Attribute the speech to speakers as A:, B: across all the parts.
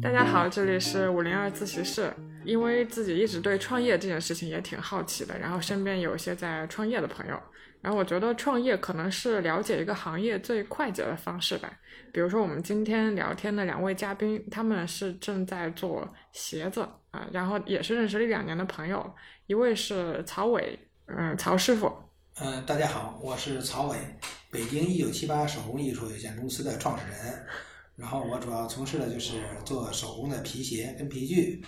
A: 大家好，这里是五零二自习室。因为自己一直对创业这件事情也挺好奇的，然后身边有一些在创业的朋友，然后我觉得创业可能是了解一个行业最快捷的方式吧。比如说我们今天聊天的两位嘉宾，他们是正在做鞋子啊、然后也是认识了一两年的朋友，一位是曹伟，嗯，曹师傅，
B: 嗯，大家好，我是曹伟，北京一九七八手工艺术有限公司的创始人。然后我主要从事的就是做手工的皮鞋跟皮具。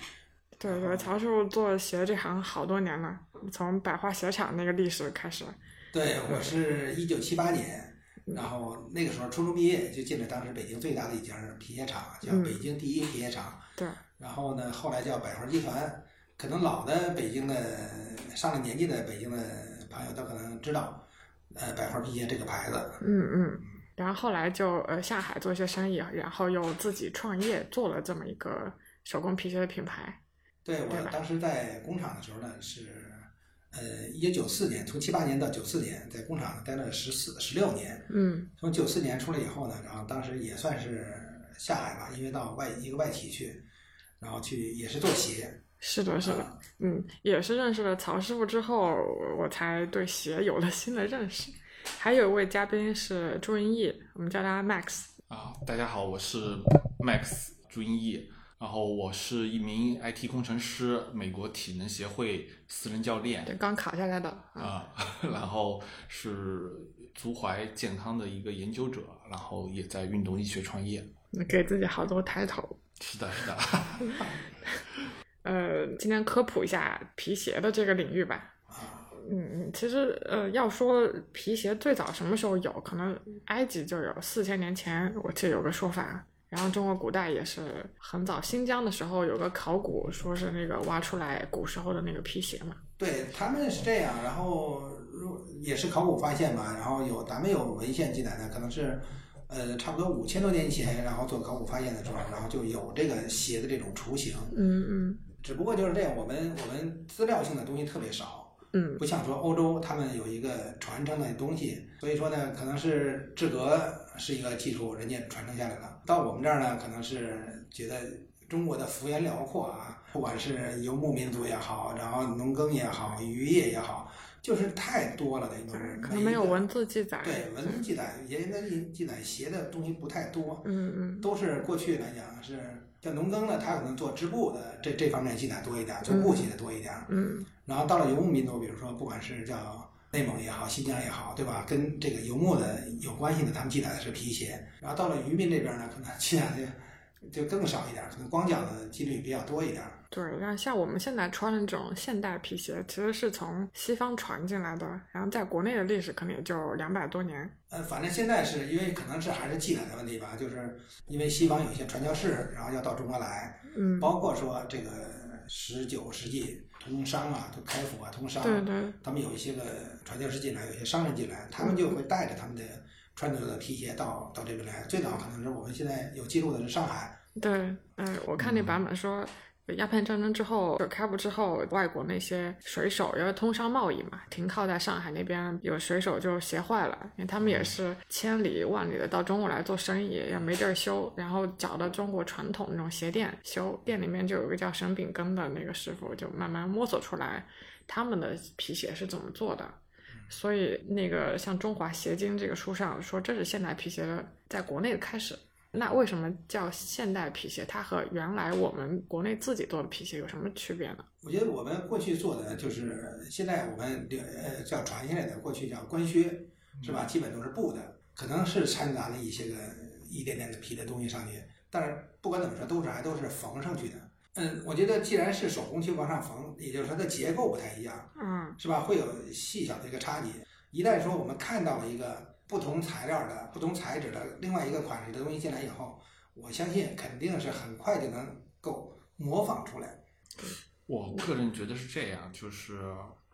A: 对对，曹师傅做鞋这行好多年了，从百花鞋厂那个历史开始。
B: 对，我是一九七八年，然后那个时候初中毕业就进了当时北京最大的一家皮鞋厂，叫
A: 嗯
B: 北京第一皮鞋厂。
A: 对，
B: 然后呢，后来叫百花集团。可能老的北京的上了年纪的北京的朋友都可能知道，呃，百花皮鞋这个牌子。
A: 嗯嗯，然后后来就呃下海做一些生意，然后又自己创业做了这么一个手工皮鞋的品牌。
B: 对，我
A: 对吧
B: 当时在工厂的时候呢，是呃，一九九四年，从七八年到九四年，在工厂待了十四十六年。
A: 嗯
B: 从九四年出来以后呢，然后当时也算是下海吧，因为到外一个外企去，然后去也是做鞋。，
A: 是的，是的，
B: 啊
A: 嗯，也是认识了曹师傅之后，我才对鞋有了新的认识。还有一位嘉宾是朱云逸，我们叫他 Max。
C: 啊，大家好，我是 Max 朱英毅，然后我是一名 IT 工程师，美国体能协会私人教
A: 对，
C: 练
A: 刚考下来的啊。
C: 啊， 然后是足踝健康的一个研究者，然后也在运动医学创业。
A: 你给自己好多 title。
C: 是的，是的，
A: 呃，今天科普一下皮鞋的这个领域吧。
B: 啊，
A: 嗯，嗯，其实呃，要说皮鞋最早什么时候有，可能埃及就有，四千年前我记得有个说法。然后中国古代也是很早，新疆的时候有个考古，说是那个挖出来古时候的那个皮鞋嘛。
B: 对他们是这样，然后如也是考古发现嘛，然后有咱们有文献记载的，可能是。呃，差不多五千多年前，然后做考古发现的时候，然后就有这个鞋的这种雏形。
A: 嗯嗯
B: 只不过就是这样，我们我们资料性的东西特别少，
A: 嗯
B: 不像说欧洲他们有一个传承的东西，所以说呢，可能是制革是一个技术，人家传承下来了。到我们这儿呢，可能是觉得中国的幅员辽阔啊，不管是游牧民族也好，然后农耕也好，渔业也好，就是太多了那种
A: 嗯，，可能没有文字记载。
B: 对文字记载，人家记记载写的东西不太多，
A: 嗯嗯
B: 都是过去来讲是像农耕呢，他可能做织布的这这方面记载多一点，做布写的多一点。
A: 嗯
B: 然后到了游牧民族，比如说不管是叫内蒙也好，新疆也好，对吧？跟这个游牧的有关系的，他们记载的是皮鞋。然后到了渔民这边呢，可能记载的就更少一点，可能光脚的几率比较多一点。
A: 对。然后像我们现在穿的这种现代皮鞋，其实是从西方传进来的，然后在国内的历史可能也就两百多年。
B: 呃，反正现在是因为可能是还是记载的问题吧，就是因为西方有些传教士，然后要到中国来，
A: 嗯，
B: 包括说这个十九世纪通商啊，就开府啊，通商啊、
A: 对对。
B: 他们有一些个传教士进来，有一些商人进来，他们就会带着他们的穿着的皮鞋到到这边来。最早可能是我们现在有记录的是上海，
A: 对，嗯、我看那版本说，鸦片战争之后，就开埠之后，外国那些水手因为通商贸易嘛，停靠在上海那边，有水手就鞋坏了，因为他们也是千里万里的到中国来做生意，也没地儿修，然后找到中国传统那种鞋店修，店里面就有一个叫沈炳根的那个师傅，就慢慢摸索出来他们的皮鞋是怎么做的。所以，那个像《中华鞋经》这个书上说，这是现代皮鞋的在国内的开始。那为什么叫现代皮鞋？它和原来我们国内自己做的皮鞋有什么区别呢？
B: 我觉得我们过去做的就是现在我们呃叫传下来的，过去叫官靴是吧？基本都是布的，可能是掺杂了一些个一点点的皮的东西上去，但是不管怎么说，都是还都是缝上去的。嗯，我觉得既然是手工去往上缝，也就是它的结构不太一样，
A: 嗯
B: 是吧？会有细小的一个差别。一旦说我们看到了一个不同材料的、不同材质的另外一个款式的东西进来以后，我相信肯定是很快就能够模仿出来。
C: 我个人觉得是这样，就是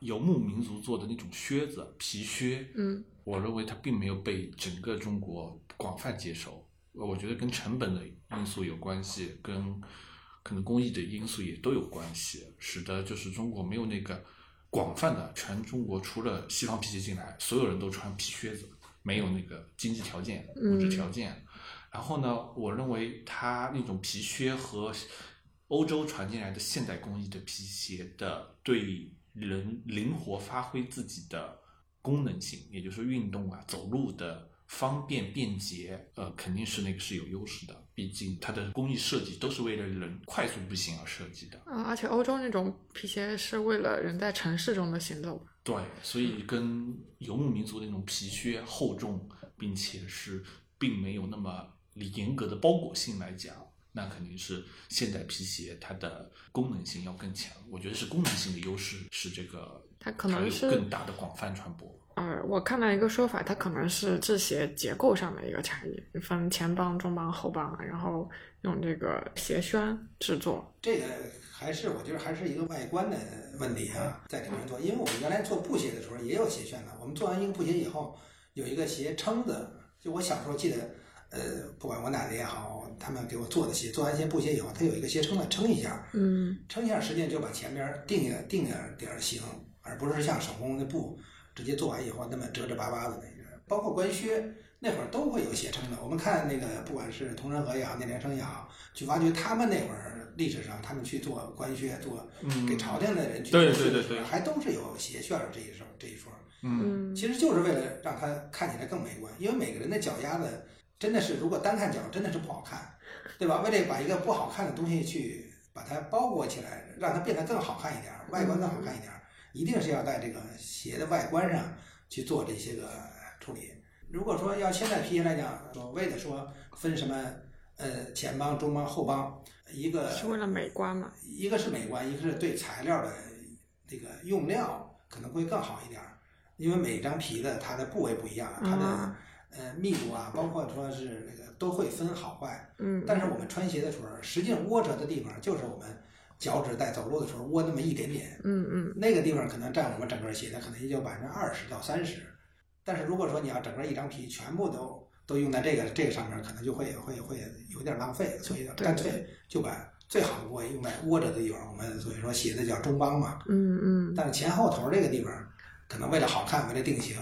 C: 游牧民族做的那种靴子皮靴，
A: 嗯
C: 我认为它并没有被整个中国广泛接受。呃我觉得跟成本的因素有关系，跟可能工艺的因素也都有关系，使得就是中国没有那个广泛的全中国除了西方皮鞋进来，所有人都穿皮靴子，没有那个经济条件、物质条件。然后呢，我认为它那种皮靴和欧洲传进来的现代工艺的皮鞋的对人灵活发挥自己的功能性，也就是说运动啊、走路的方便便捷，呃，肯定是那个是有优势的。毕竟它的工艺设计都是为了人快速步行而设计的。
A: 啊，而且欧洲那种皮鞋是为了人在城市中的行走。
C: 对，所以跟游牧民族那种皮靴厚重，并且是并没有那么严格的包裹性来讲，那肯定是现代皮鞋它的功能性要更强。我觉得是功能性的优势使这个
A: 它可能
C: 有
A: 是
C: 更大的广泛传播。
A: 呃，我看到一个说法，它可能是制鞋结构上的一个差异，分前帮、中帮、后帮，然后用这个鞋楦制作。
B: 这个还是我觉得还是一个外观的问题啊，在里面做，因为我们原来做布鞋的时候也有鞋楦的，我们做完一个布鞋以后，有一个鞋撑子，就我小时候记得，呃，不管我奶奶也好，他们给我做的鞋，做完鞋布鞋以后，它有一个鞋撑子撑一下，
A: 嗯
B: 撑一下时间就把前边定下定下点儿型，而不是像手工的布直接做完以后那么折折巴巴的那个。包括官靴那会儿都会有鞋撑的，我们看那个不管是同仁和也好，聂连生也好，去挖掘他们那会儿历史上他们去做官靴，做
C: 嗯
B: 给朝廷的人去做
C: 对
B: 事
C: 对
B: 的
C: 对对
B: 时候还都是有鞋楦儿这一手这一说。
C: 嗯，
A: 嗯
B: 其实就是为了让它看起来更美观，因为每个人的脚丫子真的是，如果单看脚真的是不好看，对吧？为了把一个不好看的东西去把它包裹起来，让它变得更好看一点儿，外观更好看一点儿，一定是要在这个鞋的外观上去做这些个处理。如果说要现在皮鞋来讲，所谓的说分什么呃前帮、中帮、后帮，一个
A: 是为了美观嘛？
B: 一个是美观，一个是对材料的这个用料可能会更好一点儿，因为每张皮的它的部位不一样，它的、
A: 啊
B: 呃密度啊，包括说是那个都会分好坏。
A: 嗯，
B: 但是我们穿鞋的时候，使劲窝折的地方就是我们脚趾在走路的时候窝那么一点点，
A: 嗯嗯
B: 那个地方可能占我们整个鞋的可能也就百分之二十到三十。但是如果说你要整个一张皮全部都都用在这个这个上面，可能就会会会有点浪费，所以干脆就把最好的部位用在窝着的地方。我们所以说鞋子叫中帮嘛，
A: 嗯嗯，
B: 但是前后头这个地方，可能为了好看，为了定型，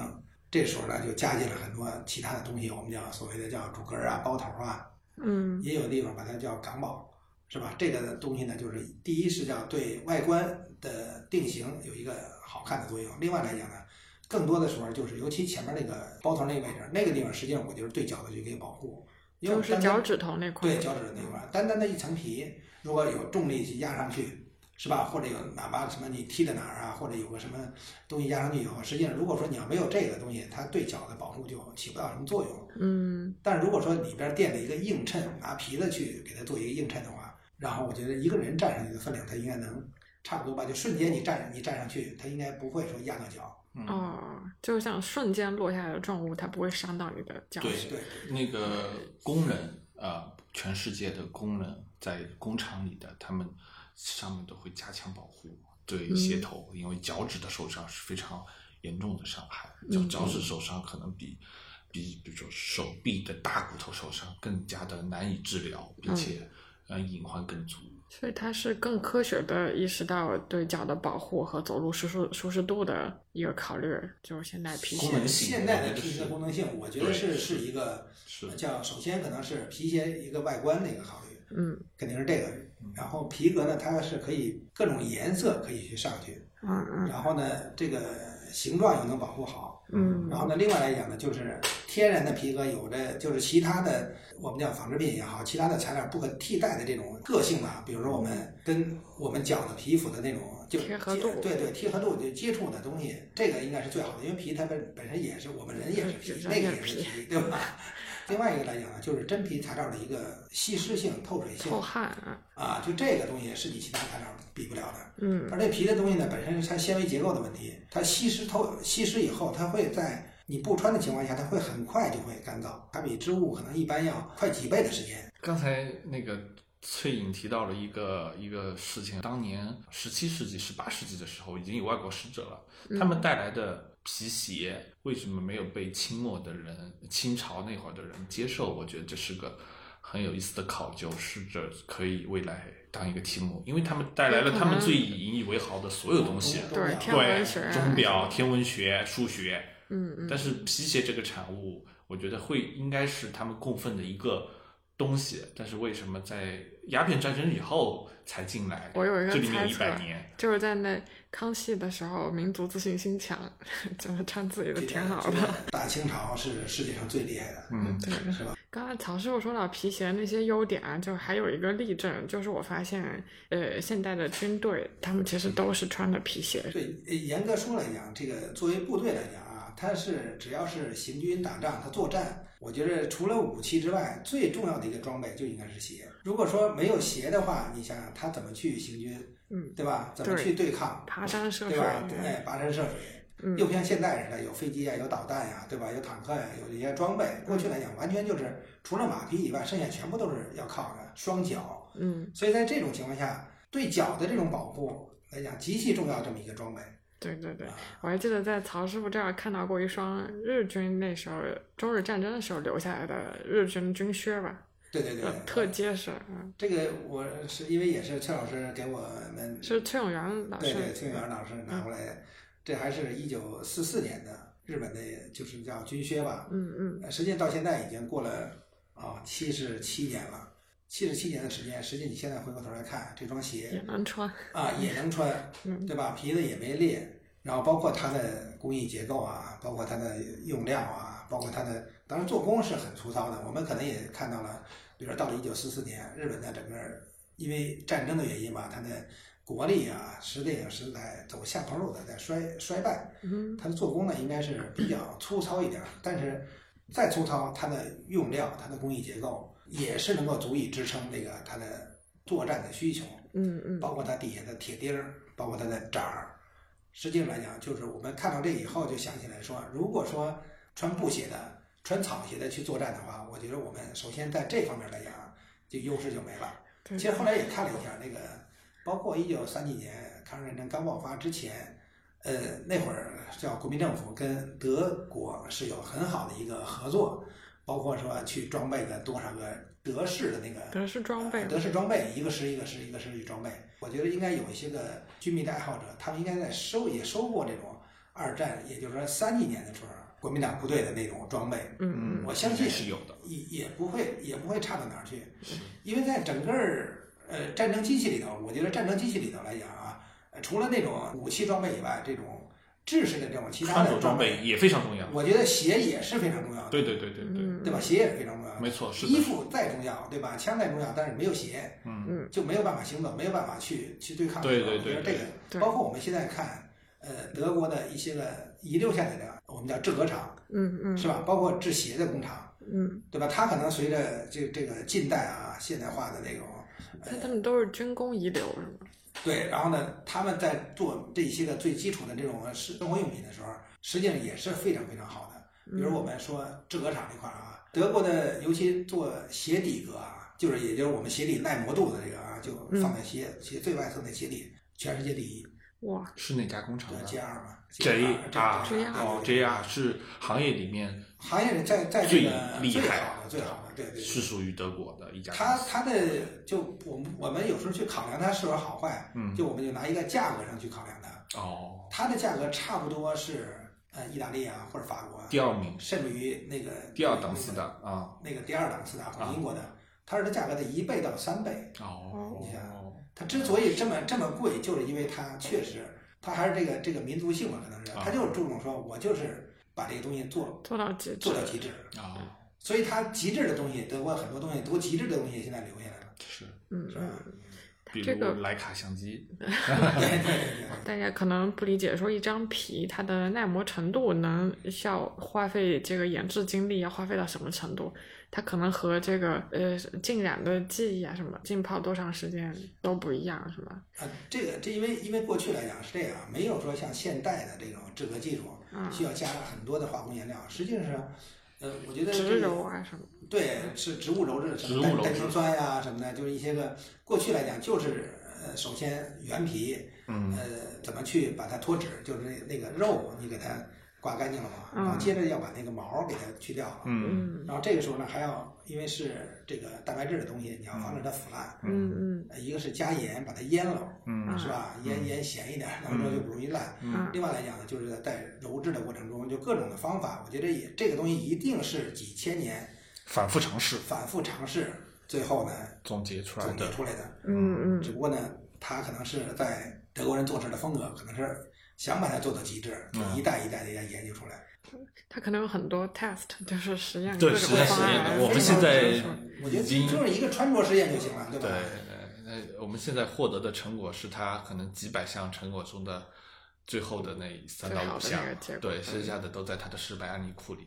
B: 这时候呢就加进了很多其他的东西，我们叫所谓的叫主根儿啊、包头啊，
A: 嗯
B: 也有地方把它叫港宝，是吧？这个东西呢，就是第一是叫对外观的定型有一个好看的作用，另外来讲呢，更多的时候就是尤其前面那个包头那个位置，那个地方实际上我觉得对脚的就给保护，因为
A: 就
B: 我
A: 是
B: 单单
A: 脚趾头那块。
B: 对脚趾那块儿，单单的一层皮，如果有重力去压上去，是吧？或者有哪怕什么你踢在哪儿啊，或者有个什么东西压上去以后，实际上如果说你要没有这个东西，它对脚的保护就起不到什么作用。
A: 嗯
B: 但是如果说里边垫了一个硬衬，拿皮子去给它做一个硬衬的话，然后我觉得一个人站上去的分量，它应该能差不多吧，就瞬间你站你站上去，它应该不会说压到脚。
C: 嗯
A: 哦，就像瞬间落下来的重物，它不会伤到你的脚
C: 对
A: 趾。
B: 对，
C: 那个工人啊、呃全世界的工人在工厂里的，他们上面都会加强保护对
A: 嗯
C: 鞋头，因为脚趾的受伤是非常严重的伤害，
A: 嗯
C: 脚脚趾受伤可能比。比比如说手臂的大骨头受伤更加的难以治疗，
A: 嗯
C: 并且呃隐患更足。
A: 所以它是更科学的意识到对脚的保护和走路舒适舒适度的一个考虑，就是现代皮
C: 功
A: 鞋
C: 能。性
B: 现在
C: 我
B: 的
C: 觉得
B: 皮鞋
C: 是
B: 的功能性，我觉得是
C: 对
B: 是
C: 是
B: 一个
C: 是
B: 叫首先可能是皮鞋一个外观的一个考虑，
A: 嗯
B: 肯定是这个。
C: 嗯
B: 然后皮革呢，它是可以各种颜色可以去上去，
A: 嗯嗯
B: 然后呢，这个形状又能保护好，
A: 嗯，
C: 啊
B: 然后呢，另外来讲呢，就是天然的皮革有着就是其他的我们叫纺织品也好，其他的材料不可替代的这种个性啊，比如说我们跟我们脚的皮肤的那种就
A: 嗯贴合
B: 接
A: 度
B: 对对贴合度就接触的东西，这个应该是最好的，因为皮它本本身也是我们人也是皮
A: 人，
B: 那个
A: 嗯也
B: 也
A: 是
B: 是
A: 皮
B: 皮，对吧？另外一个来讲呢，就是真皮材料的一个吸湿性、透水性
A: 透汗啊，
B: 啊，就这个东西是你其他材料比不了的。
A: 嗯
B: 而这皮的东西呢，本身是它纤维结构的问题，它吸湿透吸湿以后，它会在你不穿的情况下，它会很快就会干燥，它比织物可能一般要快几倍的时间。
C: 刚才那个翠影提到了一个一个事情，当年十七世纪、十八世纪的时候，已经有外国使者了，
A: 嗯
C: 他们带来的皮鞋为什么没有被清末的人、清朝那会儿的人接受？我觉得这是个很有意思的考究，试着可以未来当一个题目，因为他们带来了他们最引以为豪的所有东西，
B: 嗯
A: 对
B: 对
A: 天文学
C: 对，钟表、天文学、数学，
A: 嗯嗯，
C: 但是皮鞋这个产物，我觉得会应该是他们供奉的一个东西，但是为什么在鸦片战争以后才进来？
A: 我有一个
C: 这里
A: 猜
C: 面一
A: 测
C: 百年，
A: 就是在那康熙的时候，民族自信心强， 就是穿自己的
B: 这个
A: 挺好
B: 这
A: 的。
B: 个大清朝是世界上最厉害的，
C: 嗯，
A: 对，
B: 是吧？
A: 刚才曹师傅说到皮鞋那些优点啊，就还有一个例证，就是我发现，呃，现代的军队他们其实都是穿的皮鞋，
B: 对，呃严格说来讲，这个作为部队来讲啊，它是只要是行军打仗，它作战，我觉得除了武器之外，最重要的一个装备就应该是鞋。如果说没有鞋的话，你想想他怎么去行军，
A: 嗯，
B: 对吧？怎么
A: 对
B: 去对抗，
A: 爬山涉
B: 对
A: 水，
B: 吧？哎，跋山涉水。
A: 啊嗯
B: 又不像现代人了，有飞机啊，有导弹呀、对吧？有坦克呀、有这些装备。过去来讲，完全就是除了马匹以外，剩下全部都是要靠着双脚。
A: 嗯，
B: 所以在这种情况下，对脚的这种保护来讲，极其重要这么一个装备。
A: 对对
B: 啊
A: 对，我还记得在曹师傅这儿看到过一双日军那时候中日战争的时候留下来的日军军靴吧，
B: 对对对
A: 呃，特结实，嗯，
B: 这个我是因为也是崔老师给我们
A: 是崔永元老
B: 对
A: 师，嗯
B: 对崔永元老师拿过来的，这还是一九四四年的日本的，就是叫军靴吧，
A: 嗯嗯
B: 呃实际上到现在已经过了啊七十七年了，七十七年的时间，实际你现在回过头来看这双
A: 也
B: 鞋
A: 能穿，
B: 啊也能穿，
A: 嗯
B: 对吧？皮子也没裂，然后包括它的工艺结构啊，包括它的用料啊，包括它的，当然做工是很粗糙的。我们可能也看到了，比如说到了一九四四年，日本的整个因为战争的原因吧，它的国力啊、实力啊是在走下坡路的，在衰衰败。
A: 嗯
B: 它的做工呢应该是比较粗糙一点儿，但是再粗糙，它的用料、它的工艺结构也是能够足以支撑这个它的作战的需求，
A: 嗯嗯，
B: 包括它底下的铁钉儿，包括它的掌儿。实际上来讲，就是我们看到这以后就想起来说，如果说穿布鞋的、穿草鞋的去作战的话，我觉得我们首先在这方面来讲，就优势就没了。
A: 对
B: 其实后来也看了一下那个，包括一九三几年抗日战争刚爆发之前，呃，那会儿叫国民政府跟德国是有很好的一个合作，包括说去装备了多少个德式的那个
A: 德式装备
B: 呃德式装备，一个师一个师一个师去装备。我觉得应该有一些个军迷的爱好者，他们应该在收也收过这种二战，也就是说三几年的时候国民党部队的那种装备，
A: 嗯嗯
B: 我相信
C: 是有的。
B: 也也不会也不会差到哪儿去，因为在整个儿呃战争机器里头，我觉得战争机器里头来讲啊，呃除了那种武器装备以外，这种制式的这种其他
C: 穿
B: 的
C: 着装备
B: 备，
C: 也非常重要。
B: 我觉得鞋也是非常重要的，
C: 对对对对对，
A: 嗯
B: 对吧？鞋也是非常重要的，
C: 没错，是
B: 啊衣
C: 的，
B: 服再重要，对吧？枪再重要，但是没有鞋，
C: 嗯，
B: 就没有办法行走，没有办法去去对抗。
C: 对对
B: 我觉
C: 对
B: 得
C: 对
B: 这
A: 对
B: 个，包括我们现在看，呃，德国的一些个遗留下来的，我们叫制革厂，
A: 嗯嗯
B: 是吧？包括制鞋的工厂，
A: 嗯，
B: 对吧？它可能随着这这个近代啊现代化的那种，
A: 那他们都是军工遗留是吗？
B: 对，然后呢，他们在做这些个最基础的这种生生活用品的时候，实际上也是非常非常好的。比如我
A: 嗯
B: 们说制革厂这块儿啊，德国的尤其做鞋底革啊，就是也就是我们鞋底耐磨度的这个啊，就放在鞋、鞋最外层的鞋底，全世界第一，
A: 嗯哇，
C: 是哪家工厂
B: 对
C: 的
B: G 二嘛
C: ？J 啊，
A: JR
C: 哦，JR 是行业里面
B: 行业人在在这
C: 最
B: 个
C: 厉害
B: 好的最好的，对对对。
C: 是属于德国的一家公
B: 它
C: 司。
B: 它的就我们我们有时候去考量它是否好坏，
C: 嗯
B: 就我们就拿一个价格上去考量它，
C: 哦，
B: 它的价格差不多是呃意大利啊或者法国啊，
C: 第二名，
B: 甚至于那个
C: 第二档次的啊，
B: 那个那个第二档次的或
C: 啊
B: 者英国的，它是它价格的一倍到三倍。
C: 哦
B: 你想，它之所以这么这么贵，就是因为它确实它还是这个这个民族性嘛，可能是
C: 啊
B: 它就是注重说我就是把这个东西做
A: 做到极致
B: 做，到极致，
C: 哦，
B: 所以它极致的东西，德国很多东西多极致的东西现在留下来了，
C: 是，
A: 嗯
B: 是吧？
A: 嗯。
C: 比
A: 这个
C: 如徕卡相机，
B: 对对对
C: 嗯
B: 对。
A: 大家可能不理解，说一张皮它的耐磨程度能需要花费这个研制精力要花费到什么程度？它可能和这个呃浸染的技艺啊什么浸泡多长时间都不一样，是吧？
B: 啊，这个这因为因为过去来讲是这样，没有说像现代的这种制革技术
A: 嗯
B: 需要加很多的化工颜料，实际上，呃，我觉得
A: 植
B: 这个
A: 鞣啊什么，
B: 对是植物鞣制，什么
C: 植物
B: 单
C: 鞣
B: 单
C: 制
B: 糖酸呀、什么的，就是一些个过去来讲就是呃，首先原皮，
C: 嗯
B: 呃，怎么去把它脱脂，就是那那个肉你给它刮干净了嘛，
A: 嗯
B: 然后接着要把那个毛给它去掉了，
C: 嗯
A: 嗯
B: 然后这个时候呢还要因为是这个蛋白质的东西，你要防止它腐烂，
A: 嗯啊
B: 呃一个是加盐把它腌了，
C: 嗯
B: 是吧？腌腌咸一点，然后之后就不容易烂。
A: 嗯
B: 另外来讲呢，就是在在揉制的过程中，就各种的方法，我觉得也这个东西一定是几千年
C: 反复尝试
B: 反复尝试，最后呢
C: 总结出来
B: 总结
C: 的，
B: 出来的。
A: 嗯
B: 只不过呢，他可能是在德国人做事的风格，可能是想把它做到极致，
C: 嗯
B: 一代一代的研究出来。
A: 它可能有很多 test，就是实验
C: 对
A: 各种
C: 实验
A: 方
C: 实验
A: 案
C: 我们现在
A: 非常成熟
B: 我觉得
C: 已经
B: 就是一个穿着实验就行了，对吧
C: 对？，那我们现在获得的成果是它可能几百项成果中的最后的那三
A: 最
C: 到
A: 好
C: 五
A: 的
C: 项
A: 那个结，果
C: 对，剩下的都在它的失败案例库里。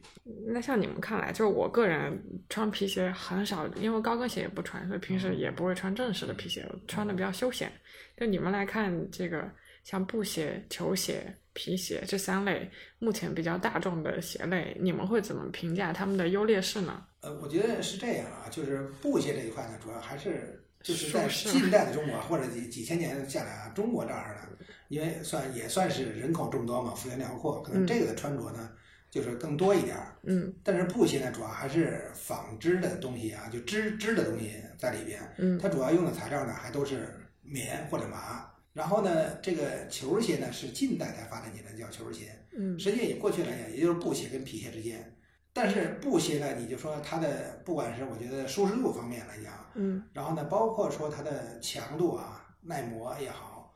A: 那像你们看来，就是我个人穿皮鞋很少，因为高跟鞋也不穿，所以平时
B: 嗯
A: 也不会穿正式的皮鞋，我穿的比较休闲。就你们来看，这个像布鞋、球鞋、皮鞋这三类目前比较大众的鞋类，你们会怎么评价它们的优劣势呢？
B: 呃，我觉得是这样啊，就是布鞋这一块呢，主要还是就是在
A: 舒适
B: 近代的中国啊或者几几千年下来啊，中国这儿呢，因为算也算是人口众多嘛，幅员辽阔，可能这个的穿着呢就是更多一点儿。
A: 嗯
B: 但是布鞋呢，主要还是纺织的东西啊，就织织的东西在里边。
A: 嗯
B: 它主要用的材料呢，还都是棉或者麻。然后呢，这个球鞋呢是近代才发展起来的，叫球鞋。
A: 嗯
B: 实际也过去来讲，也就是布鞋跟皮鞋之间。但是布鞋呢，你就说它的不管是我觉得舒适度方面来讲，
A: 嗯
B: 然后呢，包括说它的强度啊、耐磨也好，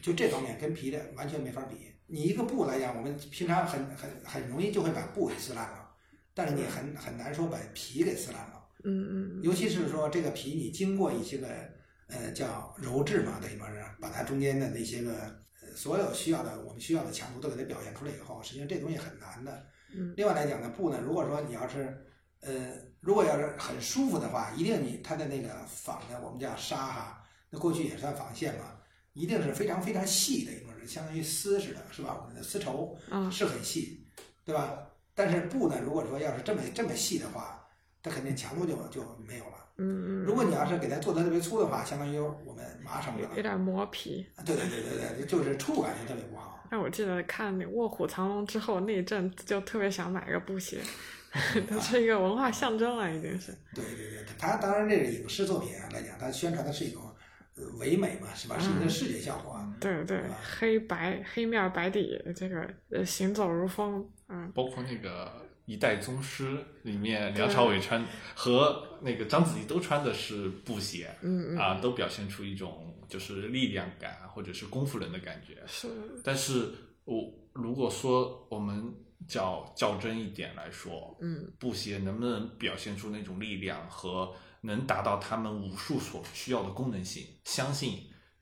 B: 就这方面跟皮的完全没法比。你一个布来讲，我们平常很很很容易就会把布给撕烂了，但是你很很难说把皮给撕烂了。
A: 嗯嗯
B: 尤其是说这个皮，你经过一些个呃叫揉制嘛，等于说是把它中间的那些个呃所有需要的我们需要的强度都给它表现出来以后，实际上这东西很难的。
A: 嗯
B: 另外来讲呢，布呢，如果说你要是呃，如果要是很舒服的话，一定你它的那个纺的，我们叫纱哈，那过去也算纺线嘛，一定是非常非常细的一种，相当于丝似的，是吧？我们的丝绸
A: 啊
B: 是很细，对吧？但是布呢，如果说要是这么这么细的话，它肯定强度就就没有了。
A: 嗯嗯，
B: 如果你要是给它做的特别粗的话，相当于我们麻绳子
A: 有有
B: 了。啊
A: 点磨皮。
B: 对对对对对，就是触感就特别不好。
A: 但我记得看《卧虎藏龙》之后那一阵，就特别想买个布鞋， 它是一个文化象征了，已经是。
B: 对对对，它当然这个影视作品啊来讲，它宣传的是一种呃唯美嘛，是吧？是一个视觉效果啊。
A: 对对，黑白黑面儿白底，这个呃行走如风，嗯，
C: 包括那个《一代宗师》里面，梁朝伟穿和那个章子怡都穿的是布鞋，
A: 嗯嗯
C: 啊，都表现出一种就是力量感啊或者是功夫人的感觉。
A: 是，
C: 但是我如果说我们较较真一点来说，
A: 嗯
C: 布鞋能不能表现出那种力量和能达到他们武术所需要的功能性，相信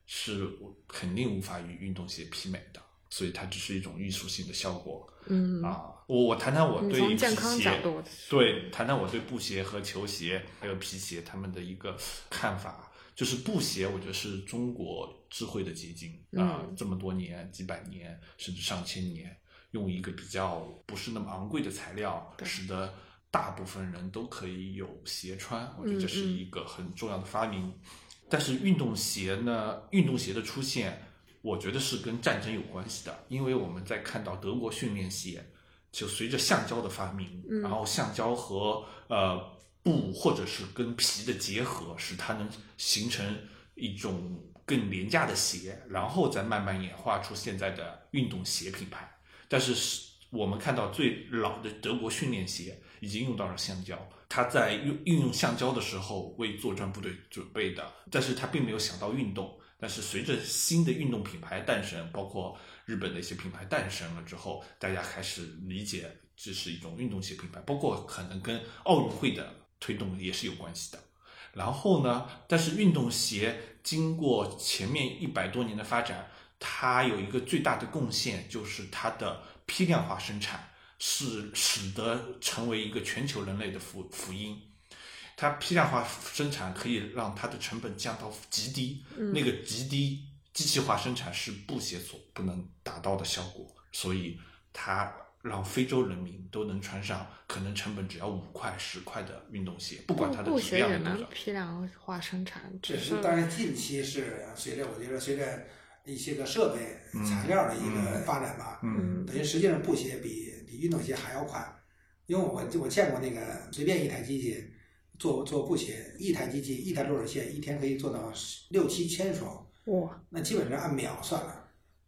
C: 是肯定无法与运动鞋媲美的。所以它只是一种艺术性的效果
A: 嗯，
C: 啊！我我谈谈我
A: 你
C: 对
A: 从
C: 皮
A: 健康角
C: 鞋，
A: 度，
C: 对，谈谈我对布鞋和球鞋还有皮鞋他们的一个看法，就是布鞋，我觉得是中国智慧的结晶啊、
A: 嗯
C: 这么多年、几百年甚至上千年，用一个比较不是那么昂贵的材料，
A: 对
C: 使得大部分人都可以有鞋穿，我觉得这是
A: 嗯嗯
C: 一个很重要的发明。但是运动鞋呢，运动鞋的出现，我觉得是跟战争有关系的，因为我们在看到德国训练鞋，就随着橡胶的发明，
A: 嗯
C: 然后橡胶和呃布或者是跟皮的结合，使它能形成一种更廉价的鞋，然后再慢慢演化出现在的运动鞋品牌。但是是我们看到最老的德国训练鞋已经用到了橡胶，它在用运用橡胶的时候为作战部队准备的，但是它并没有想到运动。但是随着新的运动品牌诞生，包括日本的一些品牌诞生了之后，大家开始理解这是一种运动鞋品牌，包括可能跟奥运会的推动也是有关系的。然后呢，但是运动鞋经过前面一百多年的发展，它有一个最大的贡献就是它的批量化生产，是使得成为一个全球人类的福福音。它批量化生产可以让它的成本降到极低，
A: 嗯
C: 那个极低机器化生产是布鞋所不能达到的效果，所以它让非洲人民都能穿上可能成本只要五块十块的运动鞋，不
A: 布
C: 管它的
A: 布
C: 质
A: 鞋
C: 量
A: 也
C: 有多
A: 能
C: 少。
A: 批量化生产，
B: 只
A: 只
B: 是
A: 是
B: 当然近期是随着我觉得随着一些个设备
C: 嗯
B: 材料的一个发展吧，
C: 嗯
A: 嗯
B: 等于实际上布鞋比比运动鞋还要快。因为我我见过那个随便一台机器做做布鞋，一台机器一台落水线一天可以做到六七千双，
C: 嗯
A: 哇！
B: 那基本上按秒算了，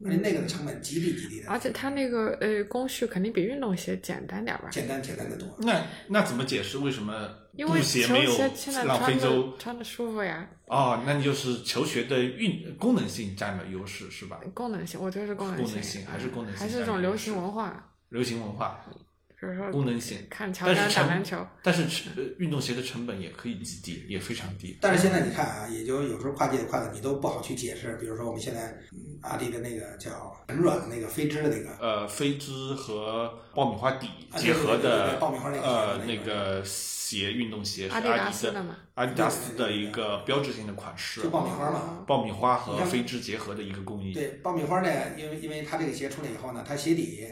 B: 而且那个的成本极低极低的，
A: 嗯而且它那个呃工序肯定比运动鞋简单点儿吧？
B: 简单简单的多。
C: 那那怎么解释为什么
A: 因
C: 布
A: 为
C: 鞋
A: 球
C: 没有
A: 鞋现在
C: 让非
A: 穿
C: 洲
A: 着？穿着舒服呀，
C: 哦，那你就是球鞋的运功能性占了优势是吧？
A: 功能性，我觉得是功能
C: 功能性还是功能性
A: 还是这种流行文化，嗯
C: 流行文化，
A: 比如说
C: 功能性
A: 看乔
C: 但
A: 丹
C: 是
A: 打
C: 成
A: 篮球，
C: 但是呃运动鞋的成本也可以极低，也非常低。
B: 但是现在你看啊，也就有时候跨界跨的你都不好去解释，比如说我们现在嗯阿迪的那个叫很软的那个飞织的那个，
C: 呃，飞织和爆米花底
B: 啊
C: 结合
B: 对对对
C: 的
B: 对爆米花那个
C: 呃
B: 那
C: 那
B: 个
C: 个鞋，运动鞋是
A: 阿
C: 阿
A: 迪
C: 迪
A: 达斯的
C: 的
A: 嘛
C: 阿迪达斯
B: 对对
C: 的
B: 对
C: 一个标志性的款式
B: 就，爆米花
A: 哦
B: 嘛。
C: 爆米花和
B: 你看
C: 飞织结合的一个工艺。
B: 对，爆米花呢，因为因为它这个鞋出来以后呢，它鞋底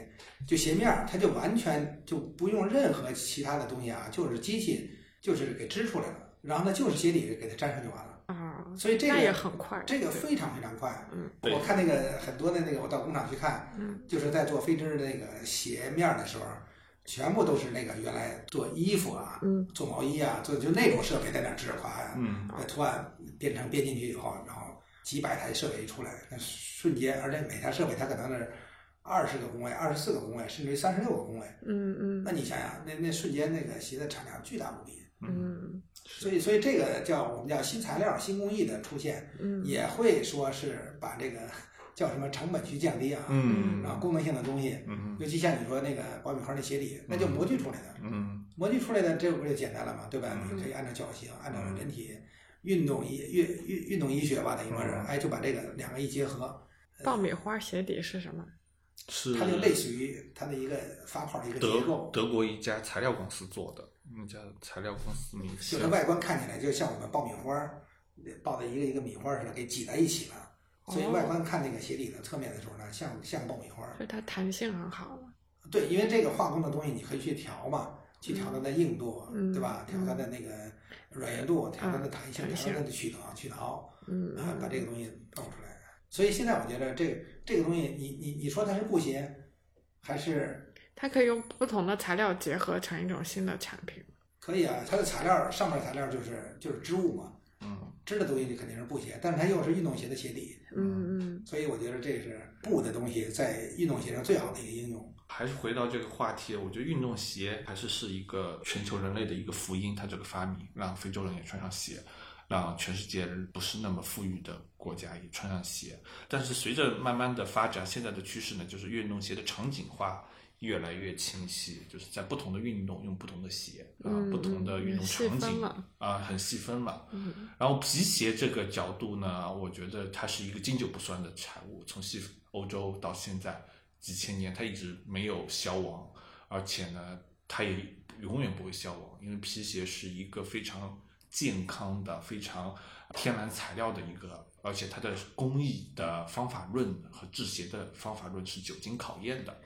B: 就鞋面儿，它就完全就不用任何其他的东西啊，就是机器就是给织出来了，然后呢就是鞋底给它粘上就完了。
A: 啊，
B: 所以这
A: 那
B: 个
A: 也很快，
B: 这个
A: 对
B: 非常非常快。
A: 嗯，
C: 对
B: 我看那个很多的那个，我到工厂去看，
A: 嗯，
B: 就是在做飞织的那个鞋面儿的时候，全部都是那个原来做衣服啊，
A: 嗯，
B: 做毛衣啊，做就那种设备在那儿制款，
C: 嗯，
B: 把图案编程编进去以后，然后几百台设备一出来，那瞬间，而且每台设备它可能是二十个工位、二十四个工位，甚至于三十六个工位，
A: 嗯
B: 那
A: 嗯
B: 你想想，那那瞬间那个鞋的产量巨大无比。
A: 嗯
B: 所以，所以这个叫我们叫新材料、新工艺的出现，
A: 嗯，
B: 也会说是把这个 叫什么成本去降低啊，
C: 嗯
B: 然后功能性的东西，
C: 嗯
B: 尤其像你说那个爆米花那鞋底，那就模具出来的，
C: 嗯
B: 模具出来的这不就简单了嘛，对吧？
C: 嗯
B: 你可以按照脚型，按照人体运动医运运运动医学吧，等于说是，
C: 嗯
B: 哎，就把这个两个一结合，
A: 爆米花鞋底是什么？
C: 是
B: 它就类似于它的一个发泡的一个结
C: 德
B: 构，
C: 德国一家材料公司做的，那家材料公司名
B: 就
C: 字
B: 它外观看起来就像我们爆米花儿爆的一个一个米花儿似的，给挤在一起了。所以
A: 哦
B: 外观看那个鞋底的侧面的时候呢，像像爆米花儿，
A: 就是它弹性很好啊嘛，
B: 对，因为这个化工的东西你可以去调嘛，去调它的硬度，
A: 嗯
B: 对吧？调它的那个软硬度，调它的弹性，
A: 嗯弹
B: 调
A: 性
B: 它的曲导曲导，
A: 嗯
B: 啊，把
A: 嗯
B: 这个东西弄出来。所以现在我觉得这个这个东西，你你你说它是布鞋，还是
A: 它可以用不同的材料结合成一种新的产品。
B: 可以啊？它的材料上面材料就是就是织物嘛，
C: 嗯
B: 织的东西就肯定是布鞋，但是它又是运动鞋的鞋底，
A: 嗯嗯，
B: 所以我觉得这是布的东西在运动鞋上最好的一个应用。
C: 还是回到这个话题，我觉得运动鞋还是是一个全球人类的一个福音，它这个发明让非洲人也穿上鞋，让全世界人不是那么富裕的国家也穿上鞋。但是随着慢慢的发展，现在的趋势呢，就是运动鞋的场景化越来越清晰，就是在不同的运动用不同的鞋啊、
A: 嗯
C: 不同的运动
A: 细
C: 场
A: 分
C: 景啊
A: 了、
C: 很细分了。
A: 嗯
C: 然后皮鞋这个角度呢，我觉得它是一个经久不衰的产物，从西欧洲到现在几千年，它一直没有消亡，而且呢，它也永远不会消亡，因为皮鞋是一个非常健康的、非常天然材料的一个，而且它的工艺的方法论和制鞋的方法论是久经考验的，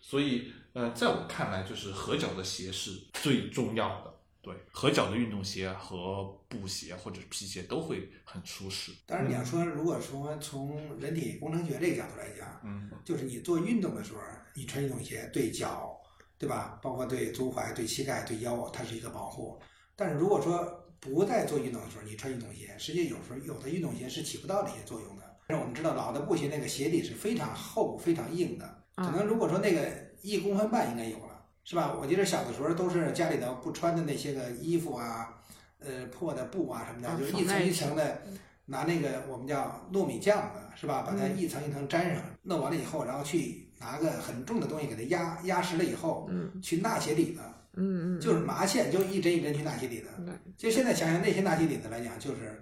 C: 所以呃，在我看来，就是合脚的鞋是最重要的。对，合脚的运动鞋和布鞋或者皮鞋都会很舒适。
B: 当然，你要
A: 嗯
B: 说如果说从人体工程学这个角度来讲，
C: 嗯
B: 就是你做运动的时候，你穿运动鞋对脚，对吧？包括对足踝、对膝盖、对腰，它是一个保护。但是如果说不在做运动的时候，你穿运动鞋，实际有时候有的运动鞋是起不到这些作用的。但是我们知道，老的布鞋那个鞋底是非常厚、非常硬的，
A: 嗯啊
B: 可能如果说那个一公分半应该有了，是吧？我记得小的时候都是家里头不穿的那些个衣服啊，呃，破的布啊什么
A: 啊
B: 的，就是
A: 缝
B: 一
A: 在
B: 层一
A: 一起
B: 层的拿那个我们叫糯米酱子，是吧？把它
A: 嗯
B: 一层一层粘上，弄完了以后，然后去拿个很重的东西给它压压实了以后，
A: 嗯
B: 去纳鞋底子，
A: 嗯嗯，
B: 就是麻线，就一针一针去纳鞋底子。
A: 对
B: 就现在想想，那些纳鞋底子来讲，就是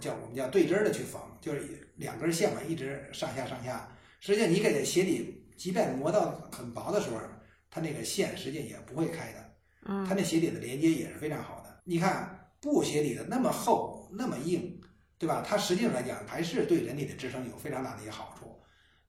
B: 叫我们叫对针儿的去缝，就是两根线嘛，一直上下上下。实际上，你给鞋底，即便磨到很薄的时候，它那个线实际也不会开的，
A: 嗯
B: 它那鞋底的连接也是非常好的。你看布鞋底的那么厚，那么硬，对吧？它实际上来讲还是对人体的支撑有非常大的一个好处。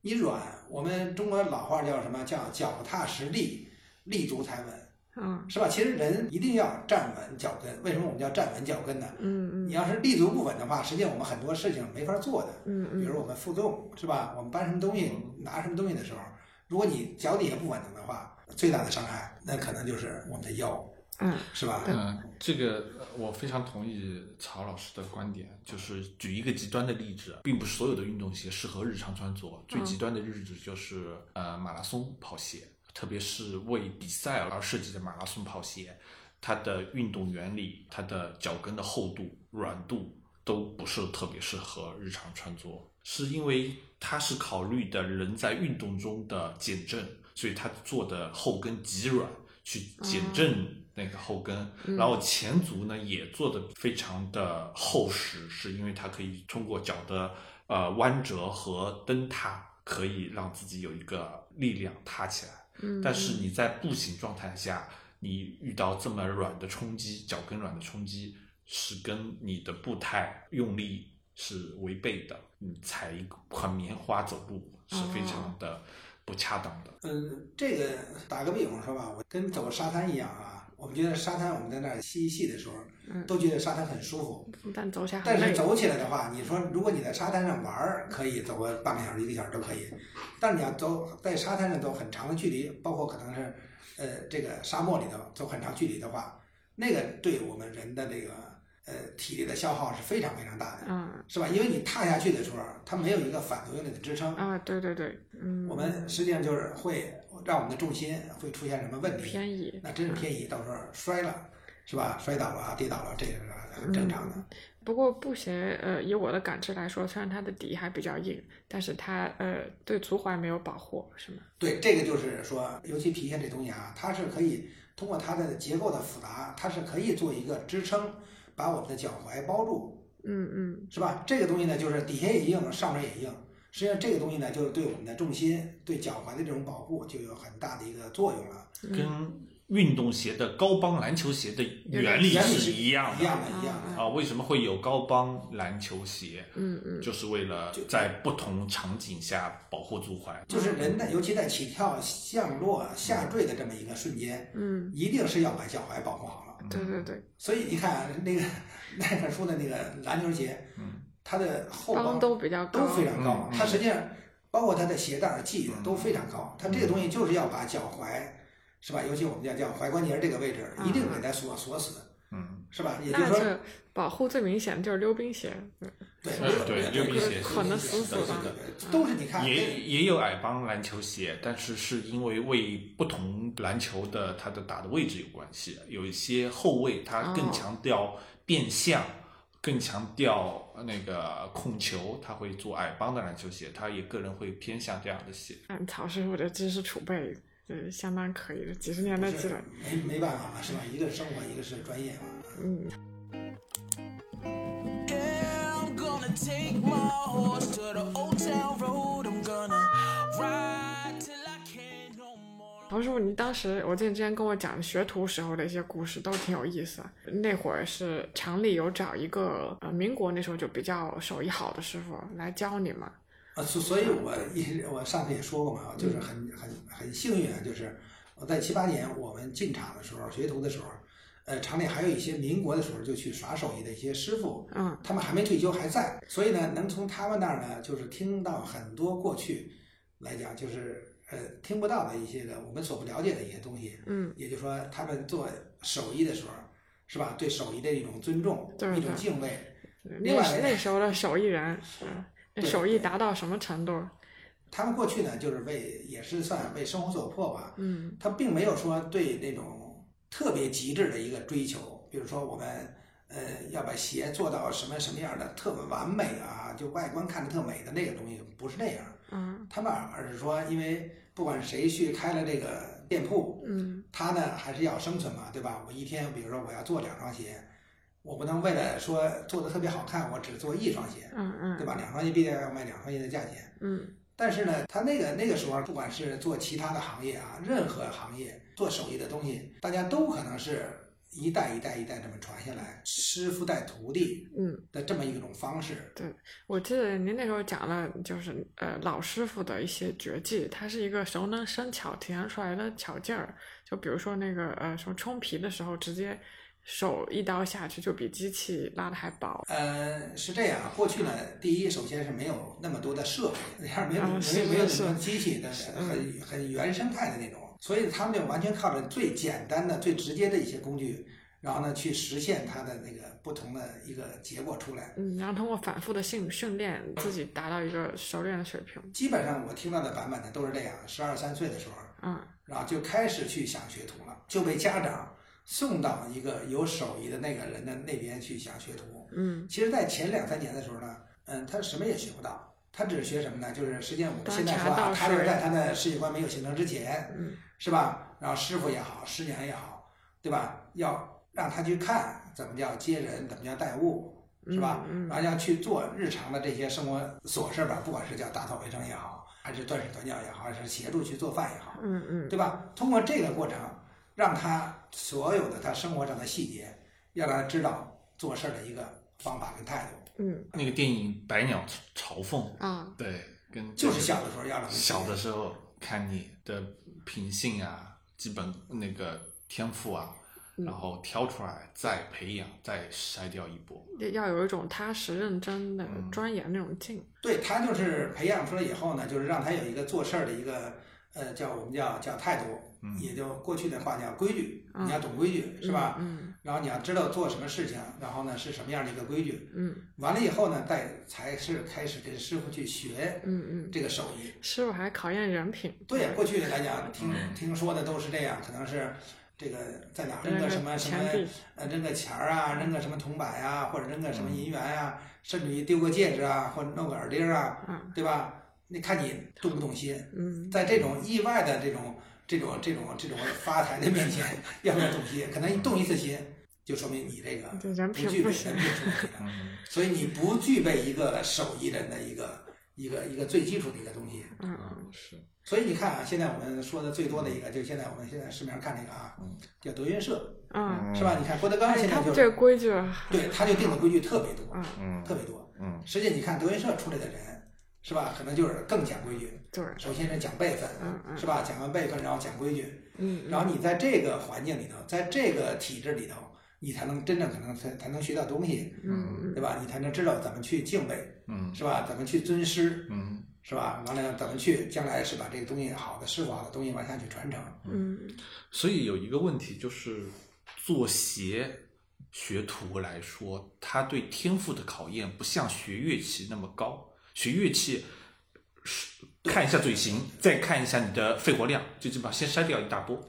B: 你软，我们中国老话叫什么？叫脚踏实地，立足才稳。
A: 嗯
B: 是吧？其实人一定要站稳脚跟。为什么我们叫站稳脚跟呢？
A: 嗯嗯
B: 你要是立足不稳的话，实际上我们很多事情没法做的。比
A: 嗯
B: 如我们负重是吧？我们搬什么东西、拿什么东西的时候，如果你脚底下不稳当的话，最大的伤害，那可能就是我们的腰，
A: 嗯
B: 是吧？
C: 嗯，这个呃我非常同意曹老师的观点，就是举一个极端的例子，并不是所有的运动鞋适合日常穿着。最
A: 嗯
C: 极端的例子就是呃马拉松跑鞋，特别是为比赛而设计的马拉松跑鞋，它的运动原理、它的脚跟的厚度、软度都不是特别适合日常穿着，是因为它是考虑的人在运动中的减震，所以它做的后跟极软，去减震那个后跟。
A: 嗯
C: 然后前足呢也做的非常的厚实，是因为它可以通过脚的呃弯折和蹬踏，可以让自己有一个力量踏起来。
A: 嗯，
C: 但是你在步行状态下，你遇到这么软的冲击，脚跟软的冲击，是跟你的步态用力是违背的。你踩一块棉花走路是非常的不恰当的。
B: 嗯，这个打个比方说吧，我跟走沙滩一样啊，我们觉得沙滩我们在那儿嬉戏的时候，
A: 嗯
B: 都觉得沙滩很舒服，
A: 但走起来很
B: 但是
A: 累，
B: 走起来的话，你说如果你在沙滩上玩儿，可以走个半个小时、一个小时都可以，但是你要走在沙滩上走很长的距离，包括可能是呃这个沙漠里头走很长距离的话，那个对我们人的这个呃体力的消耗是非常非常大的，
A: 嗯
B: 是吧？因为你踏下去的时候，它没有一个反作用力的支撑，
A: 啊，对对对，嗯，
B: 我们实际上就是会让我们的重心会出现什么问题？
A: 偏移，
B: 那真是偏移，到时候摔了，是吧？摔倒了、跌倒了，这个是
A: 嗯
B: 很正常的。
A: 不过布鞋，呃，以我的感知来说，虽然它的底还比较硬，但是它呃对足踝没有保护，是吗？
B: 对，这个就是说，尤其皮鞋这东西啊，它是可以通过它的结构的复杂，它是可以做一个支撑，把我们的脚踝包住，
A: 嗯嗯
B: 是吧？这个东西呢，就是底下也硬，上面也硬。实际上，这个东西呢，就是对我们的重心、对脚踝的这种保护，就有很大的一个作用了。
A: 嗯
C: 跟运动鞋的高帮篮球鞋的原理
B: 原理
C: 是一样
B: 一
C: 的
B: 样的，一样的。
C: 啊。为什么会有高帮篮球鞋？
A: 嗯嗯，
C: 就是为了在不同场景下保护足踝。
B: 就是人的，尤其在起跳、降落、下坠的这么一个瞬间，
A: 嗯，
B: 一定是要把脚踝保护好了。
A: 对对对，
B: 所以你看啊那个 那本书的那个篮球鞋，
C: 嗯
B: 它的后
A: 帮
B: 帮
A: 都比较高
B: 都，非常高
C: 嗯，嗯
B: 它实际上包括它的鞋带儿系的
C: 嗯
B: 都非常高。它这个东西就是要把脚踝，是吧？尤其我们叫叫踝关节这个位置，一定给它锁锁死，
C: 嗯，
B: 是吧？也就是
A: 那
B: 说，
A: 这保护最明显的就是溜冰鞋，嗯
B: 对
C: 呃对溜冰鞋
B: 对
A: 捆得死死的
B: 对对对，都是你看
C: 也
B: 那
C: 也有矮帮篮球鞋，但是是因为为不同篮球的它的打的位置有关系。有一些后卫
B: 哦
C: 他更强调变向，更强调那个控球，他会做矮帮的篮球鞋，他也个人会偏向这样的鞋。
A: 嗯，曹师傅的知识储备是相当可以的，几十年的
B: 不
A: 积
B: 是
A: 累，
B: 没没办法嘛，是吧？一个是生活，一个是专业嘛。
A: 嗯。
D: Yeah, I'm gonna take my horse to the old town road. I'm gonna ride till I can't no more.
A: 陶师傅，你当时我记得你之前跟我讲学徒时候的一些故事都挺有意思的。那会儿是厂里有找一个呃，民国那时候就比较手艺好的师傅来教你嘛。
B: 啊，所所以我一我上次也说过嘛，就是很
A: 嗯
B: 很很幸运啊，就是我在七八年我们进厂的时候，学徒的时候，呃，厂里还有一些民国的时候就去耍手艺的一些师傅，
A: 嗯
B: 他们还没退休还在，所以呢，能从他们那儿呢，就是听到很多过去来讲就是呃听不到的一些个我们所不了解的一些东西，
A: 嗯
B: 也就是说他们做手艺的时候，是吧？对手艺的一种尊重，
A: 对
B: 一种
A: 对
B: 敬畏，
A: 那
B: 另外
A: 时那时候的手艺人，嗯，那
B: 对
A: 手艺达到什么程度？
B: 他们过去呢，就是为也是算为生活所迫吧，
A: 嗯
B: 他并没有说对那种特别极致的一个追求，比如说我们呃要把鞋做到什么什么样的特完美啊，就外观看着特美的那个东西，不是那样。
A: 嗯
B: 他们而是说，因为不管谁去开了这个店铺，
A: 嗯
B: 他呢还是要生存嘛，对吧？我一天，比如说我要做两双鞋，我不能为了说做的特别好看，我只做一双鞋，
A: 嗯嗯
B: 对吧？两双鞋毕竟要卖两双鞋的价钱。
A: 嗯
B: 但是呢，他那个那个时候，不管是做其他的行业啊，任何行业做手艺的东西，大家都可能是一代一代一代这么传下来，师傅带徒弟
A: 嗯。
B: 的这么一种方式。
A: 我记得您那时候讲了，就是呃老师傅的一些绝技，他是一个熟能生巧体现出来的巧劲儿。就比如说那个呃什么冲皮的时候，直接手一刀下去就比机器拉的还薄。
B: 呃，是这样，过去呢，第一，首先是没有那么多的设备，然后没有、 嗯
A: 啊是
B: 没有没有
A: 是
B: 什么机器的，
A: 是
B: 很很原生态的那种。所以他们就完全靠着最简单的、最直接的一些工具，然后呢去实现它的那个不同的一个结果出来。
A: 嗯，然后通过反复的训训练，自己达到一个熟练的水平。
B: 基本上我听到的版本呢都是这样：十二三岁的时候，
A: 嗯
B: 然后就开始去想学徒了，就被家长送到一个有手艺的那个人的那边去想学徒。
A: 嗯，
B: 其实，在前两三年的时候呢，嗯，他什么也学不到，他只是学什么呢？就是实际上我们
A: 端
B: 现在
A: 茶
B: 说啊
A: 倒，
B: 他就是
A: 水
B: 在他的世界观没有形成之前，
A: 嗯，
B: 是吧？然后师傅也好，师娘也好，对吧？要让他去看怎么叫接人，怎么叫待物，是吧？
A: 嗯嗯
B: 然后要去做日常的这些生活琐事吧，不管是叫打扫卫生也好，还是端屎端尿也好，还是协助去做饭也好，
A: 嗯嗯，
B: 对吧？通过这个过程，让他所有的他生活上的细节，要让他知道做事儿的一个方法跟态度，
A: 嗯
C: 那个电影《百鸟朝凤》，
A: 啊，
C: 对，跟
B: 就是小的时候要让他
C: 小的时候看你的品性啊，基本那个天赋啊，
A: 嗯
C: 然后挑出来再培养，再筛掉一波。
A: 要要有一种踏实认真的
C: 嗯
A: 钻研那种劲。
B: 对他就是培养出来以后呢，就是让他有一个做事儿的一个呃叫我们叫叫态度，
C: 嗯
B: 也就过去的话叫规矩，
A: 嗯
B: 你要懂规矩是吧？
A: 嗯
B: 然后你要知道做什么事情，然后呢是什么样的一个规矩，
A: 嗯
B: 完了以后呢，再才是开始跟师傅去学
A: 嗯嗯，
B: 这个手艺。
A: 师傅还考验人品。
B: 对，过去来讲，听
C: 嗯
B: 听说的都是这样，可能是这个在哪儿扔
A: 扔
B: 个
A: 个
B: 什么什么
A: 钱币，
B: 呃，扔个钱儿啊，扔个什么铜板呀、或者扔个什么银元呀、甚至于丢个戒指啊，或者弄个耳钉儿啊，
A: 啊，
B: 对吧？你看你动不动心，
A: 嗯
B: 在这种意外的这种这种这种这种发财的面前，要不要动心？可能一动一次心，就说明你这个
A: 对人品
B: 不具备
A: 不
B: 人
A: 行
B: 品是问题 的，
C: 嗯，
B: 所以你不具备一个手艺人的一个一个一个最基础的一个东西。
A: 嗯
C: 嗯是，
B: 所以你看啊，现在我们说的最多的一个，就是现在我们现在市面上看那个啊
C: 嗯，
B: 叫德云社，
A: 嗯，
B: 是吧？你看郭德纲
A: 哎，
B: 现
A: 他
B: 在
A: 们
B: 就
A: 这个
B: 是，
A: 规矩，
B: 对，他就定的规矩特别多，
A: 嗯，
C: 嗯
B: 特别多。
C: 嗯
B: 实际你看德云社出来的人，是吧？可能就是更讲规矩，
A: 对，
B: 首先是讲辈分
A: 嗯，嗯
B: 是吧？讲完辈分，然后讲规矩，
A: 嗯，
B: 然后你在这个环境里头，在这个体制里头，你才能真正可能才才能学到东西，
A: 嗯
B: 对吧？你才能知道怎么去敬畏，
C: 嗯
B: 是吧？怎么去尊师，
C: 嗯
B: 是吧？完了怎么去将来是把这个东西好的师傅好的东西往下去传承。
A: 嗯
C: 所以有一个问题就是，做鞋学徒来说，他对天赋的考验不像学乐器那么高。学乐器是看一下嘴型，再看一下你的肺活量，最起码先筛掉一大波，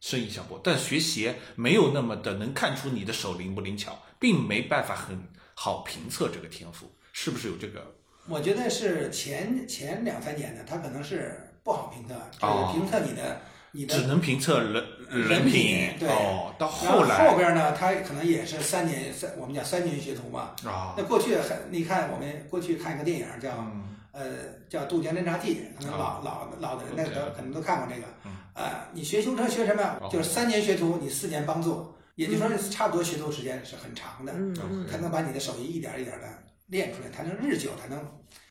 C: 剩一小波。但学鞋没有那么的能看出你的手灵不灵巧，并没办法很好评测这个天赋是不是有这个。
B: 我觉得是前前两三年呢，他可能是不好评测，
C: 哦
B: 就是评测你的你的
C: 只能评测人
B: 人
C: 品
B: 对
C: 哦，到
B: 然后
C: 后来
B: 后边呢，他可能也是三年三，我们讲三年学徒嘛。
C: 啊
B: 那，过去很，你看我们过去看一个电影叫
C: 嗯
B: 呃叫《渡江侦察记》，可能老
C: 啊
B: 老老的人那
C: 对
B: 都可能都看过这个
C: 嗯。
B: 呃，你学修车学什么
C: 哦？
B: 就是三年学徒，你四年帮做，也就是说差不多学徒时间是很长的。
A: 嗯
C: 嗯
B: 才能把你的手艺一点儿一点的练出来，才能日久，才能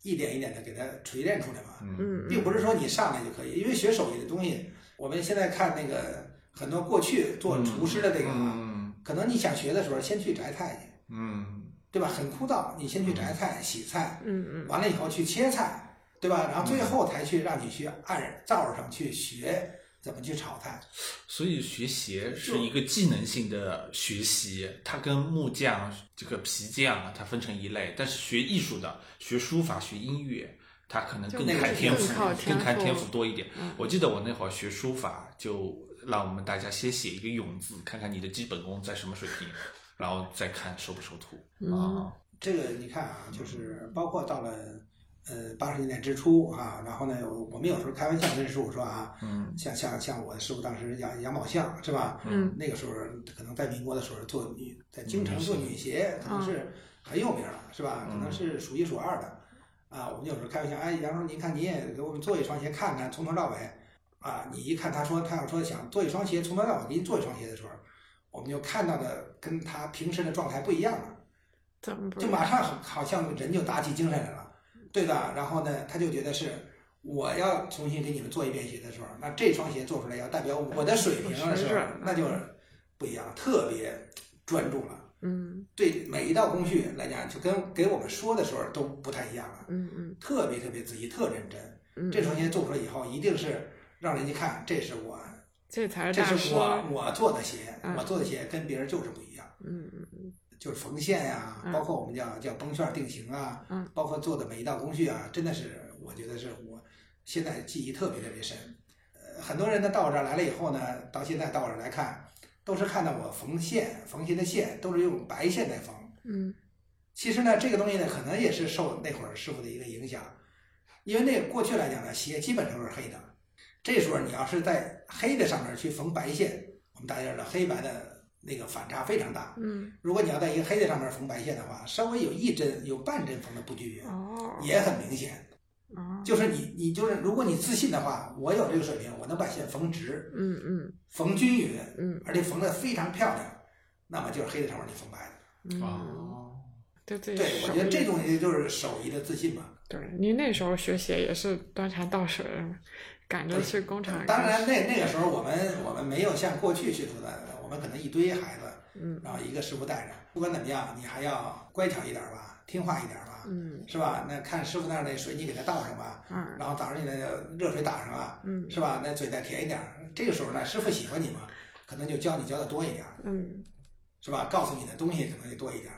B: 一点一点的给它锤炼出来嘛，
C: 嗯
A: 嗯，
B: 并不是说你上来就可以，因为学手艺的东西，我们现在看那个很多过去做厨师的这个啊，
C: 嗯
B: 可能你想学的时候先去摘菜去，
C: 嗯
B: 对吧？很枯燥，你先去摘菜、洗菜，
A: 嗯嗯
B: 完了以后去切菜，对吧？然后最后才去让你去按灶上去学怎么去炒菜。
C: 所以学鞋是一个技能性的学习，它跟木匠、这个皮匠啊，它分成一类。但是学艺术的、学书法、学音乐，它可能更
A: 就那个
C: 看天赋
A: 更靠，天
C: 更
A: 赋
C: 看天赋多一点。
A: 嗯
C: 我记得我那会儿学书法，就让我们大家先写一个“永”字，看看你的基本功在什么水平，然后再看收不收徒
A: 嗯
C: 啊。
B: 这个你看啊，就是包括到了呃八十年代之初啊，然后呢，我们有时候开玩笑跟师傅说啊，
C: 嗯
B: 像像像我的师傅当时杨杨宝相是吧？
A: 嗯
B: 那个时候可能在民国的时候做女，在京城做女鞋可能
A: 嗯
B: 是很有名了，是吧？可能是数一数二的。啊，我们有时候开玩笑，哎，杨叔，您看您也给我们做一双鞋看看，从头到尾。啊，你一看他说他要说想做一双鞋，从头到尾给你做一双鞋的时候，我们就看到的跟他平时的状态不一样了。
A: 怎么不
B: 就马上好像人就打起精神来了，对的。然后呢，他就觉得是我要重新给你们做一遍鞋的时候，那这双鞋做出来要代表我的水平的时
A: 水
B: 候
A: 准，
B: 那就是不一样，特别专注了。
A: 嗯
B: 对每一道工序来讲，就跟给我们说的时候都不太一样了，
A: 嗯嗯
B: 特别特别仔细，特认真。
A: 嗯，
B: 这双鞋做出来以后，一定是让人家看，这是我
A: 这才
B: 这
A: 大
B: 是
A: 师。
B: 我我做的鞋，
A: 嗯
B: 我做的鞋跟别人就是不一样，
A: 嗯
B: 就是缝线呀、
A: 嗯
B: 包括我们叫叫绷旋定型啊，
A: 嗯
B: 包括做的每一道工序啊，真的是我觉得是我现在记忆特别特别深。呃，很多人呢到我这儿来了以后呢，到现在到我这儿来看，都是看到我缝线缝鞋的线都是用白线在缝。
A: 嗯
B: 其实呢，这个东西呢，可能也是受那会儿师傅的一个影响，因为那过去来讲呢，鞋基本上是黑的，这时候你要是在黑的上面去缝白线，我们大家知道黑白的那个反差非常大。
A: 嗯，
B: 如果你要在一个黑的上面缝白线的话，稍微有一针有半针缝的不均匀，
A: 哦
B: 也很明显。
A: 哦，
B: 就是你你就是，如果你自信的话，我有这个水平，我能把线缝直、
A: 嗯嗯
B: 缝均匀，
A: 嗯
B: 而且缝得非常漂亮，那么就是黑的上面你缝白的。
A: 嗯，
C: 哦，
A: 对对
B: 啊对，我觉得这东西就是手艺的自信嘛。
A: 对你那时候学鞋也是端茶倒水的嘛，赶着去工厂。
B: 当然那，那个时候我们我们没有像过去学徒的，我们可能一堆孩子，
A: 嗯
B: 然后一个师傅带着。不管怎么样，你还要乖巧一点吧，听话一点吧，
A: 嗯
B: 是吧？那看师傅那儿那水你给他倒上吧，
A: 嗯
B: 然后早上你的热水打上啊，
A: 嗯
B: 是吧？那嘴再甜一点。这个时候呢，师傅喜欢你嘛，可能就教你教的多一点，
A: 嗯
B: 是吧？告诉你的东西可能就多一点。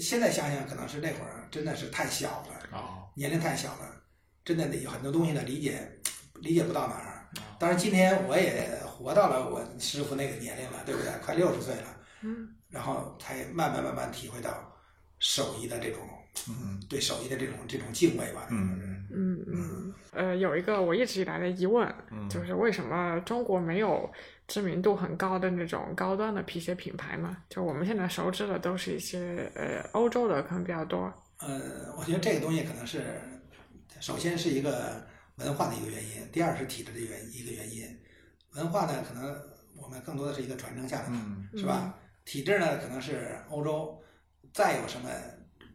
B: 现在想想，可能是那会儿真的是太小了，
C: 哦，
B: 年龄太小了，真的有很多东西呢理解理解不到哪儿
C: 啊。
B: 当然，今天我也活到了我师傅那个年龄了，对不对？快六十岁了，
A: 嗯
B: 然后才慢慢慢慢体会到手艺的这种
C: 嗯
B: 对手艺的这种这种敬畏吧。
C: 嗯
A: 嗯嗯，呃，有一个我一直以来的疑问，
C: 嗯，
A: 就是为什么中国没有知名度很高的那种高端的皮鞋品牌呢？就我们现在熟知的都是一些呃欧洲的可能比较多。
B: 呃，我觉得这个东西可能是，首先是一个文化的一个原因，第二是体制的原一个原因。文化呢，可能我们更多的是一个传承下来的，
C: 嗯
B: 是吧？体制呢，可能是欧洲，再有什么，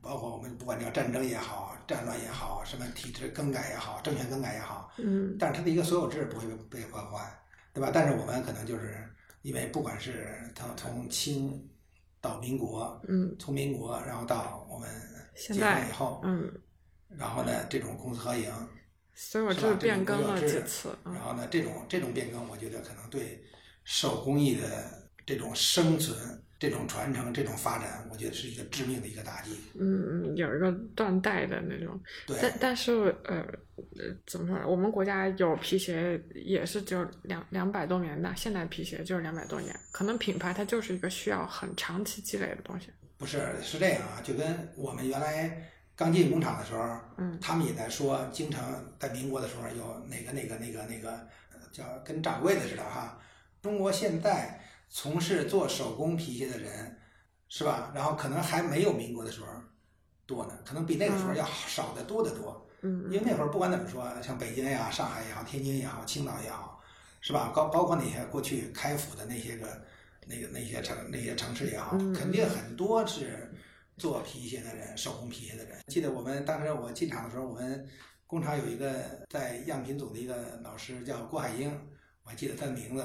B: 包括我们不管叫战争也好，战乱也好，什么体制更改也好，政权更改也好，
A: 嗯
B: 但是它的一个所有制不会被破坏，对吧？但是我们可能就是因为不管是它从清到民国，
A: 嗯
B: 从民国然后到我们解
A: 现在
B: 放以后，
A: 嗯，
B: 然后呢这种公私合营，
A: 所以我
B: 是
A: 就
B: 吧
A: 变更了
B: 这
A: 几
B: 个
A: 次。嗯
B: 然后呢这种这种变更，我觉得可能对手工艺的这种生存、这种传承、这种发展，我觉得是一个致命的一个打击。
A: 嗯嗯，有一个断代的那种。
B: 对，
A: 但但是呃呃，怎么说呢？我们国家有皮鞋也是只有两两百多年的，现代皮鞋就是两百多年，可能品牌它就是一个需要很长期积累的东西。
B: 不是是这样啊，就跟我们原来刚进工厂的时候，
A: 嗯
B: 他们也在说，经常在民国的时候有哪个哪个那个那个呃叫跟掌柜的似的哈。中国现在从事做手工皮鞋的人，是吧？然后可能还没有民国的时候多呢，可能比那个时候要少得多得多。
A: 嗯
B: 因为那会儿不管怎么说，像北京呀、上海也好、天津也好、青岛也好，是吧？包包括那些过去开府的那些个那个那些城那些城市也好
A: 嗯，
B: 肯定很多是做皮鞋的人，手工皮鞋的人。记得我们当时我进厂的时候，我们工厂有一个在样品组的一个老师叫郭海英，我还记得他的名字。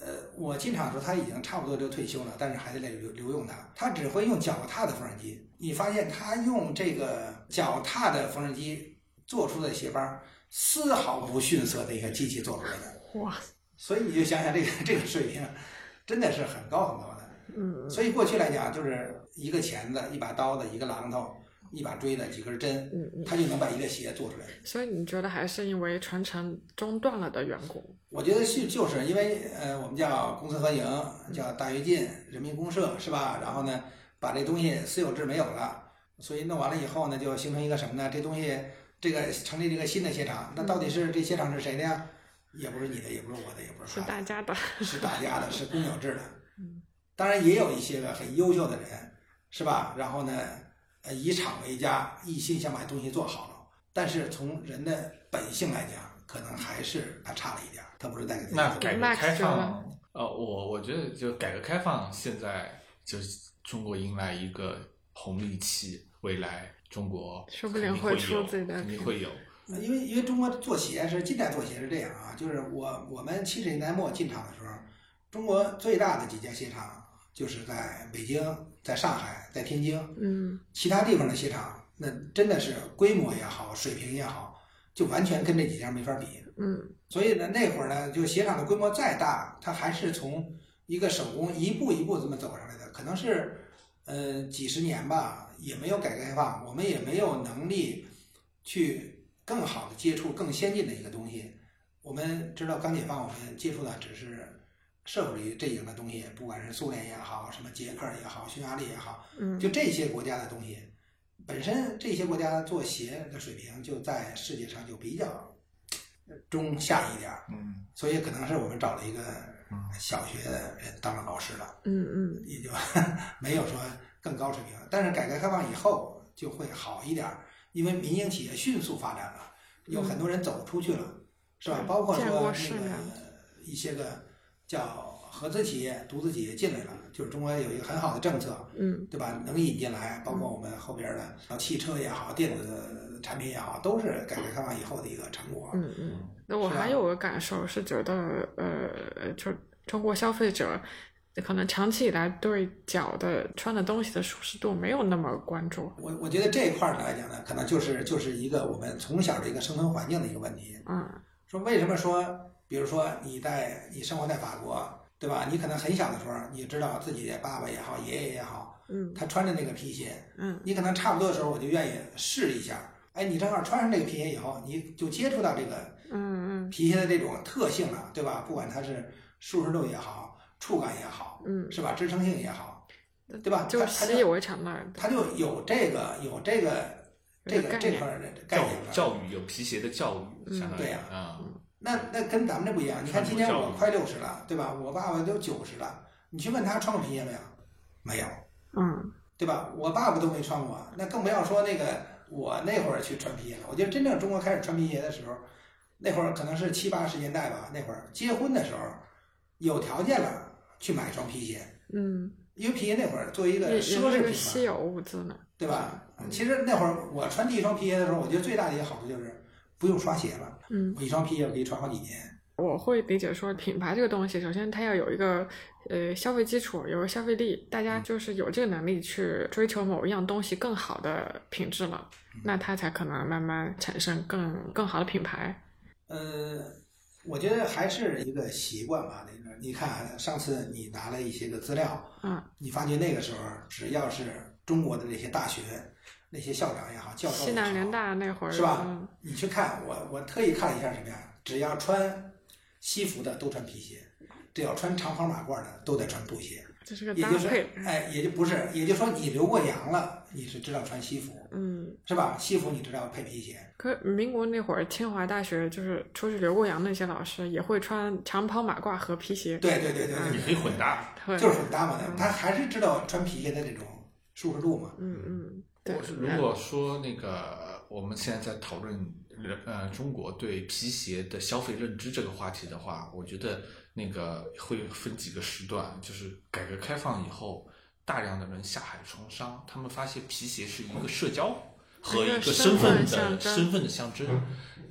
B: 呃，我进厂的时候他已经差不多就退休了，但是还得留留用他。他只会用脚踏的缝纫机，你发现他用这个脚踏的缝纫机做出的鞋帮儿，丝毫不逊色那个机器做出来的。
A: 哇，
B: 所以你就想想这个 这个水平，真的是很高很高的。
A: 嗯
B: 所以过去来讲，就是一个钳子、一把刀子、一个榔头、一把锥子、几根针，
A: 嗯嗯，
B: 他就能把一个鞋做出来。
A: 所以你觉得还是因为传承中断了的缘故？
B: 我觉得是就是因为呃，我们叫公私合营，叫大跃进、人民公社，是吧？然后呢，把这东西私有制没有了，所以弄完了以后呢，就形成一个什么呢？这东西这个成立这个新的鞋厂，那到底是这鞋厂是谁的呀？也不是你的，也不是我的，也不是
A: 是
B: 他的
A: 大家的。
B: 是大家的，是公有制的
A: 嗯。
B: 当然也有一些个很优秀的人，是吧？然后呢，呃，以厂为家，一心想把东西做好了。但是从人的本性来讲，可能还是他差了一点儿，他不是在给自己
C: 那
B: 做
C: 改革
A: Max
C: 开
A: 觉得
C: 放，呃，我我觉得就改革开放现在就是中国迎来一个红利期，未来中国
A: 说不定
C: 肯定
A: 会
C: 会
A: 出
C: 有
A: 自己的
C: 肯定
A: 品
C: 会有，
B: 呃因为因为中国做鞋是近代做鞋是这样啊，就是我我们七十年代末进厂的时候，中国最大的几家鞋厂就是在北京、在上海、在天津，
A: 嗯
B: 其他地方的鞋厂那真的是规模也好，水平也好，就完全跟这几家没法比。
A: 嗯
B: 所以呢，那会儿呢，就鞋厂的规模再大，它还是从一个手工一步一步这么走上来的。可能是，呃，几十年吧，也没有改革开放，我们也没有能力去更好的接触更先进的一个东西。我们知道刚解放，我们接触的只是社会主义阵营的东西，不管是苏联也好，什么捷克也好，匈牙利也好，
A: 嗯，
B: 就这些国家的东西，本身这些国家做鞋的水平就在世界上就比较呃中下一点儿。
C: 嗯
B: 所以可能是我们找了一个
C: 嗯
B: 小学的人当了老师了，
A: 嗯嗯
B: 也就 没有说更高水平。但是改革开放以后就会好一点儿，因为民营企业迅速发展了，有很多人走出去了，是吧？
A: 对
B: 包括
A: 见
B: 说
A: 过
B: 那
A: 世
B: 个
A: 面
B: 一些个叫合资企业、独资企业进来了，就是中国有一个很好的政策，
A: 嗯
B: 对吧？能引进来，包括我们后边的汽车也好、电子产品也好，都是改革开放以后的一个成果。
A: 嗯嗯。那我
B: 是吧
A: 还有个感受是觉得，呃，就中国消费者可能长期以来对脚的穿的东西的舒适度没有那么关注。
B: 我我觉得这一块儿来讲呢，可能就是就是一个我们从小的一个生存环境的一个问题。
A: 嗯
B: 说为什么说，比如说你在你生活在法国，对吧？你可能很小的时候，你知道自己的爸爸也好，爷爷也好，
A: 嗯
B: 他穿着那个皮鞋，
A: 嗯
B: 你可能差不多的时候，我就愿意试一下。哎，你正好穿上这个皮鞋以后，你就接触到这个
A: 嗯嗯
B: 皮鞋的这种特性了，对吧？不管它是舒适度也好，触感也好，
A: 嗯，
B: 是吧？支撑性也好，对吧？
A: 就
B: 它
A: 是
B: 它
A: 习以为常了。
B: 他就有这个有这个这
A: 有
B: 个
A: 概
B: 这
A: 念
B: 块儿的概
C: 教
B: 念了。
C: 教育有皮鞋的教育，
A: 嗯
C: 相当于
B: 对呀
C: 啊，
B: 那那跟咱们这不一样，你看今天
C: 传统教育
B: 我快六十了，对吧？我爸爸都九十了，你去问他穿过皮鞋没有？没有，
A: 嗯
B: 对吧？我爸爸都没穿过，那更不要说那个我那会儿去穿皮鞋了。我觉得真正中国开始穿皮鞋的时候，那会儿可能是七八十年代吧，那会儿结婚的时候有条件了去买一双皮鞋，
A: 嗯，
B: 因为皮鞋那会儿作为一个
A: 也也
B: 奢侈
A: 是
B: 品
A: 个
B: 嘛，
A: 稀有嗯物资呢。
B: 对吧？其实那会儿我穿第一双皮鞋的时候，我觉得最大的一个好处就是不用刷鞋了，
A: 嗯，
B: 我一双皮鞋我可以穿好几年。
A: 我会理解说，品牌这个东西，首先它要有一个呃消费基础，有个消费力，大
B: 嗯
A: 家就是有这个能力去追求某一样东西更好的品质了，
B: 嗯
A: 那它才可能慢慢产生更更好的品牌。
B: 呃，我觉得还是一个习惯吧。那个，你看啊上次你拿了一些个资料，
A: 嗯，
B: 你发觉那个时候只要是中国的那些大学，那些校长也好，教授
A: 西
B: 也好
A: 南，联大那会儿
B: 是吧
A: 嗯
B: 你去看我，我特意看了一下什么呀？只要穿西服的都穿皮鞋，只要穿长袍马褂的都得穿布鞋。
A: 这是个
B: 也
A: 搭
B: 就是
A: 配。
B: 哎，也就不是，也就说你留过洋了，你是知道穿西服
A: 嗯，
B: 是吧？西服你知道配皮鞋，
A: 可民国那会儿，清华大学就是出去留过洋那些老师，也会穿长袍马褂和皮鞋。
B: 对对对对对，
C: 你可以混搭。
A: 对
B: 就是混搭嘛，他还是知道穿皮鞋的这种舒适度嘛。
A: 嗯嗯，对
C: 我。如果说那个我们现在在讨论呃中国对皮鞋的消费认知这个话题的话，我觉得那个会分几个时段，就是改革开放以后，大量的人下海从商，他们发现皮鞋是一个社交和一个身份
A: 一个身份象
C: 的
A: 征
C: 身份的象征，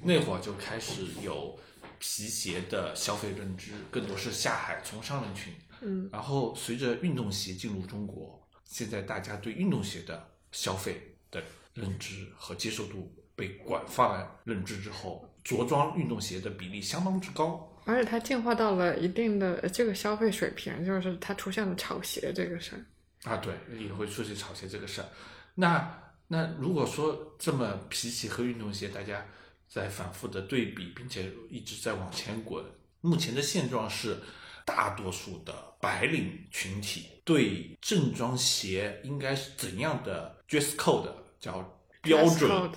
C: 那会儿就开始有皮鞋的消费认知，更多是下海从商人群。
A: 嗯
C: 然后随着运动鞋进入中国，现在大家对运动鞋的消费的认知和接受度被广泛认知之后，着装运动鞋的比例相当之高。
A: 而且它进化到了一定的这个消费水平，就是它出现了炒鞋这个事儿。
C: 啊，对，也会出现炒鞋这个事儿。那那如果说这么皮鞋和运动鞋，大家在反复的对比，并且一直在往前滚，目前的现状是，大多数的白领群体对正装鞋应该是怎样的 dress code 叫标
A: Dress
C: 准
A: code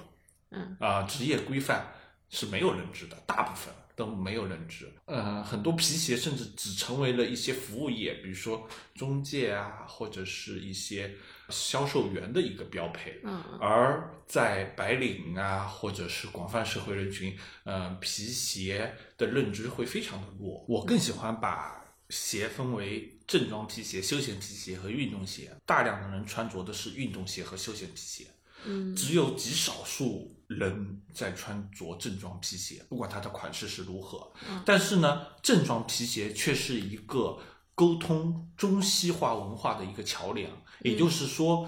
C: 啊、职业规范是没有认知的，大部分都没有认知。呃，很多皮鞋甚至只成为了一些服务业，比如说中介啊，或者是一些销售员的一个标配。
A: 嗯
C: 而在白领啊，或者是广泛社会人群，呃，皮鞋的认知会非常的弱。我更喜欢把鞋分为正装皮鞋、休闲皮鞋和运动鞋。大量的人穿着的是运动鞋和休闲皮鞋。
A: 嗯
C: 只有极少数人在穿着正装皮鞋，不管它的款式是如何。
A: 嗯
C: 但是呢，正装皮鞋却是一个沟通中西化文化的一个桥梁。
A: 嗯
C: 也就是说，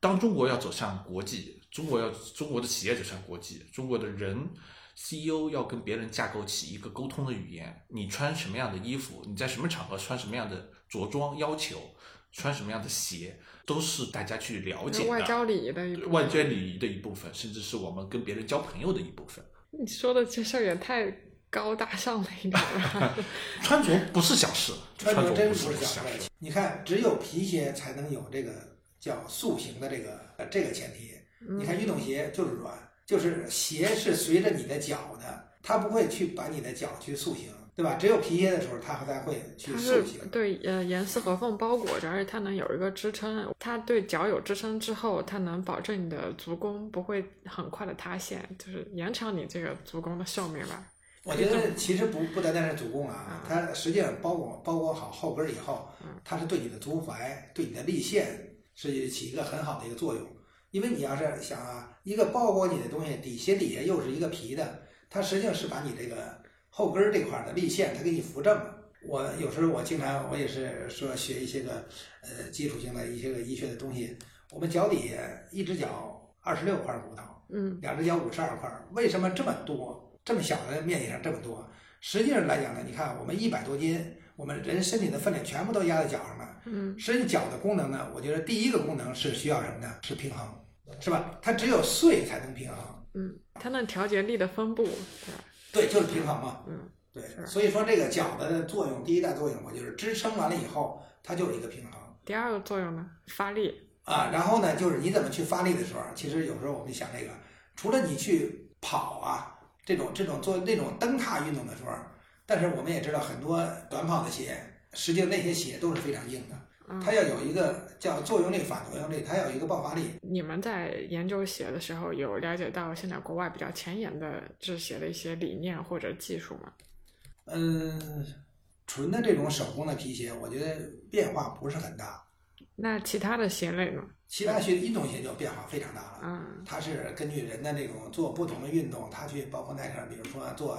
C: 当中国要走向国际，中国要中国的企业走向国际，中国的人 CEO 要跟别人架构起一个沟通的语言，你穿什么样的衣服，你在什么场合穿什么样的着装要求，穿什么样的鞋，都是大家去了解的。
A: 外交礼仪的一部分
C: 外交礼仪的一部分，甚至是我们跟别人交朋友的一部分。
A: 你说的这事儿也太高大上了一点了。
C: 穿着不是小事，
B: 穿
C: 穿
B: 着
C: 着
B: 真
C: 不
B: 不
C: 是
B: 是小事
C: 小
B: 儿
C: 事。。
B: 你看，只有皮鞋才能有这个叫塑形的这个呃这个前提。你看运动鞋就是软，就是鞋是随着你的脚的，它不会去把你的脚去塑形，对吧？只有皮鞋的时候，它才会去
A: 它
B: 塑
A: 是
B: 形。
A: 对呃严丝合缝包裹着，而且它能有一个支撑，它对脚有支撑之后，它能保证你的足弓不会很快的塌陷，就是延长你这个足弓的寿命吧。
B: 我觉得其实不不单单是足弓啊，嗯它实际上包裹包裹好后跟儿以后，它是对你的足踝、对你的立线是起一个很好的一个作用。因为你要是想啊，一个包裹你的东西底鞋底下又是一个皮的，它实际上是把你这个后跟儿这块儿的立线它给你扶正了。我有时候我经常我也是说学一些个呃基础性的一些个医学的东西，我们脚底下一只脚二十六块骨头，
A: 嗯，
B: 两只脚五十二块儿，为什么这么多？这么小的面积上这么多？实际上来讲呢，你看我们一百多斤，我们人身体的分量全部都压在脚上了。
A: 嗯，
B: 实际脚的功能呢，我觉得第一个功能是需要什么呢？是平衡，是吧？它只有碎才能平衡，
A: 嗯，它能调节力的分布，对吧？
B: 对，就是平衡嘛。
A: 嗯，
B: 对，
A: 是
B: 所以说这个脚的作用，第一大作用，我就是支撑完了以后，它就是一个平衡。
A: 第二个作用呢，发力。
B: 啊，然后呢，就是你怎么去发力的时候，啊其实有时候我们想这个，除了你去跑啊，这种这种做那种蹬踏运动的时候，啊但是我们也知道很多短跑的鞋，实际上那些鞋都是非常硬的，它要有一个叫作用力反作用力，它要有一个爆发力。
A: 你们在研究鞋的时候，有了解到现在国外比较前沿的制鞋的一些理念或者技术吗？
B: 嗯，纯的这种手工的皮鞋，我觉得变化不是很大，
A: 那其他的鞋类呢？
B: 其他鞋运动鞋就变化非常大了。
A: 嗯
B: 它是根据人的这种做不同的运动，它去包括耐克，比如说做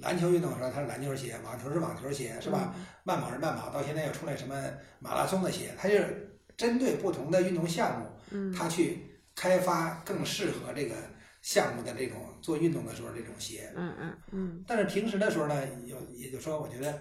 B: 篮球运动的时候，它是篮球鞋；网球是网球鞋，
A: 嗯
B: 是吧？慢跑是慢跑，到现在又出来什么马拉松的鞋，它就是针对不同的运动项目，
A: 嗯
B: 它去开发更适合这个项目的这种做运动的时候这种鞋。
A: 嗯嗯嗯
B: 但是平时的时候呢，有也就说，我觉得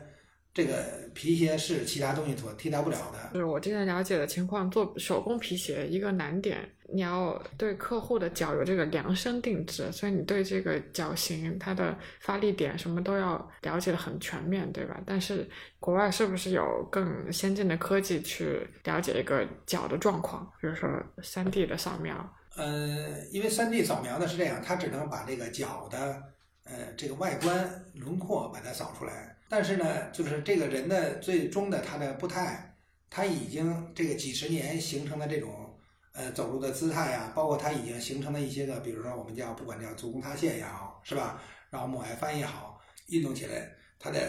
B: 这个皮鞋是其他东西所替代不了的。
A: 就是我之前了解的情况，做手工皮鞋一个难点，你要对客户的脚有这个量身定制，所以你对这个脚型、它的发力点什么都要了解的很全面，对吧？但是国外是不是有更先进的科技去了解一个脚的状况，比如说三 D 的扫描？
B: 呃，因为三 D 扫描呢是这样，它只能把这个脚的呃这个外观轮廓把它扫出来，但是呢，就是这个人的最终的他的步态，他已经这个几十年形成的这种呃走路的姿态呀，包括他已经形成的一些个，比如说我们叫不管叫足弓塌陷也好，是吧？然后抹外翻也好，运动起来他的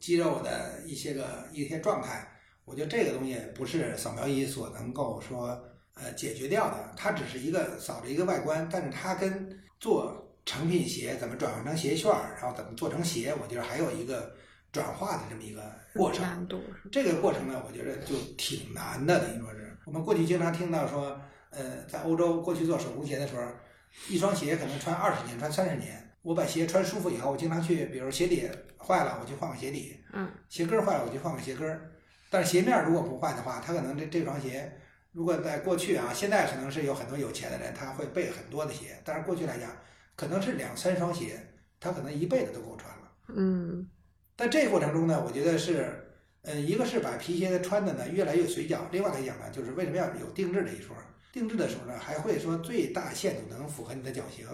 B: 肌肉的一些个一些状态，我觉得这个东西不是扫描仪所能够说呃解决掉的，它只是一个扫着一个外观，但是它跟做成品鞋怎么转换成鞋楦儿，然后怎么做成鞋，我觉得还有一个转化的这么一个过程。
A: 难度
B: 这个过程呢，我觉得就挺难的，等于说是我们过去经常听到说，呃，在欧洲过去做手工鞋的时候，一双鞋可能穿二十年，穿三十年。我把鞋穿舒服以后，我经常去，比如鞋底坏了，我去换个鞋底；
A: 嗯
B: 鞋跟儿坏了，我就换个鞋跟儿。但是鞋面儿如果不换的话，它可能这这双鞋，如果在过去啊，现在可能是有很多有钱的人，他会备很多的鞋，但是过去来讲，可能是两三双鞋，他可能一辈子都够穿了。
A: 嗯
B: 但这个过程中呢，我觉得是，呃，一个是把皮鞋的穿的呢越来越随脚，另外来讲呢，就是为什么要有定制这一说？定制的时候呢，还会说最大限度能符合你的脚型。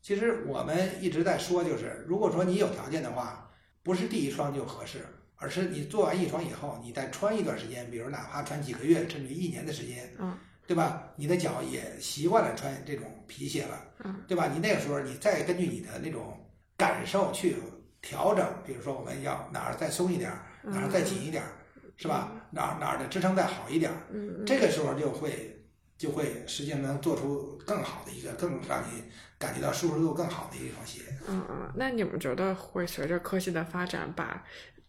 B: 其实我们一直在说，就是如果说你有条件的话，不是第一双就合适，而是你做完一双以后，你再穿一段时间，比如哪怕穿几个月甚至一年的时间，
A: 嗯
B: 对吧？你的脚也习惯了穿这种皮鞋了，
A: 嗯，
B: 对吧？你那个时候你再根据你的那种感受去调整，比如说我们要哪儿再松一点儿，哪儿再紧一点儿，是吧？哪儿哪儿的支撑再好一点儿，
A: 嗯
B: 这个时候就会就会实际上能做出更好的一个更让你感觉到舒适度更好的一双鞋。
A: 嗯嗯，那你们觉得会随着科技的发展，把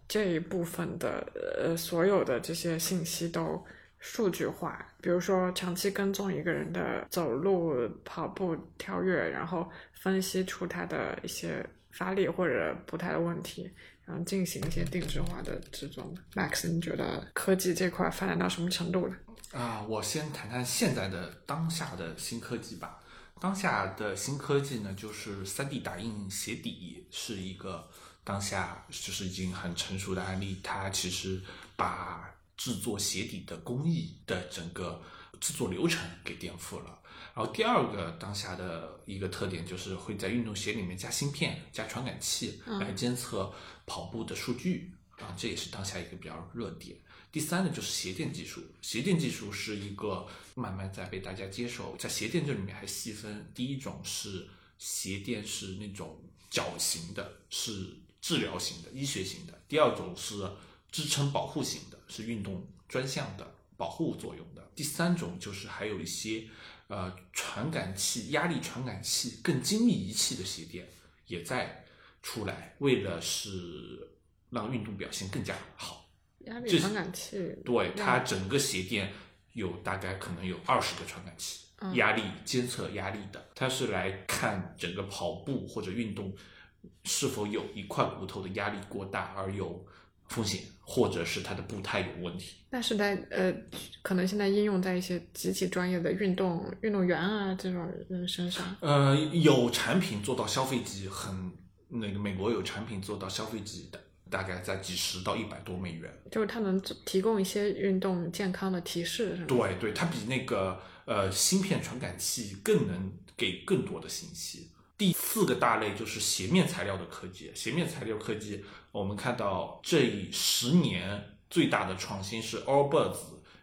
A: 这一部分的呃所有的这些信息都数据化？比如说，长期跟踪一个人的走路、跑步、跳跃，然后分析出他的一些发力或者步态的问题，然后进行一些定制化的制作。Max，你觉得科技这块发展到什么程度了？
C: 啊，我先谈谈现在的当下的新科技吧。当下的新科技呢，就是三 D 打印鞋底是一个当下就是已经很成熟的案例。它其实把制作鞋底的工艺的整个制作流程给颠覆了。然后第二个当下的一个特点就是会在运动鞋里面加芯片、加传感器
A: 嗯
C: 来监测跑步的数据啊，这也是当下一个比较热点。第三呢，就是鞋垫技术。鞋垫技术是一个慢慢在被大家接受，在鞋垫这里面还细分，第一种是鞋垫是那种脚型的，是治疗型的、医学型的；第二种是支撑保护型的，是运动专项的保护作用的；第三种就是还有一些呃传感器、压力传感器更精密仪器的鞋垫也在出来，为了是让运动表现更加好。
A: 压力
C: 这
A: 传感器，
C: 对，它
A: 嗯
C: 整个鞋垫有大概可能有二十个传感器，
A: 嗯
C: 压力监测压力的，它是来看整个跑步或者运动是否有一块骨头的压力过大而有风险，或者是它的步态有问题。
A: 那是在呃，可能现在应用在一些极其专业的运动运动员啊这种人身上。
C: 呃，有产品做到消费级很那个，美国有产品做到消费级的，大概在几十到一百多美元。
A: 就是它能提供一些运动健康的提示，是吗？
C: 对对，它比那个呃芯片传感器更能给更多的信息。第四个大类就是鞋面材料的科技。鞋面材料科技，我们看到这十年最大的创新是 Allbirds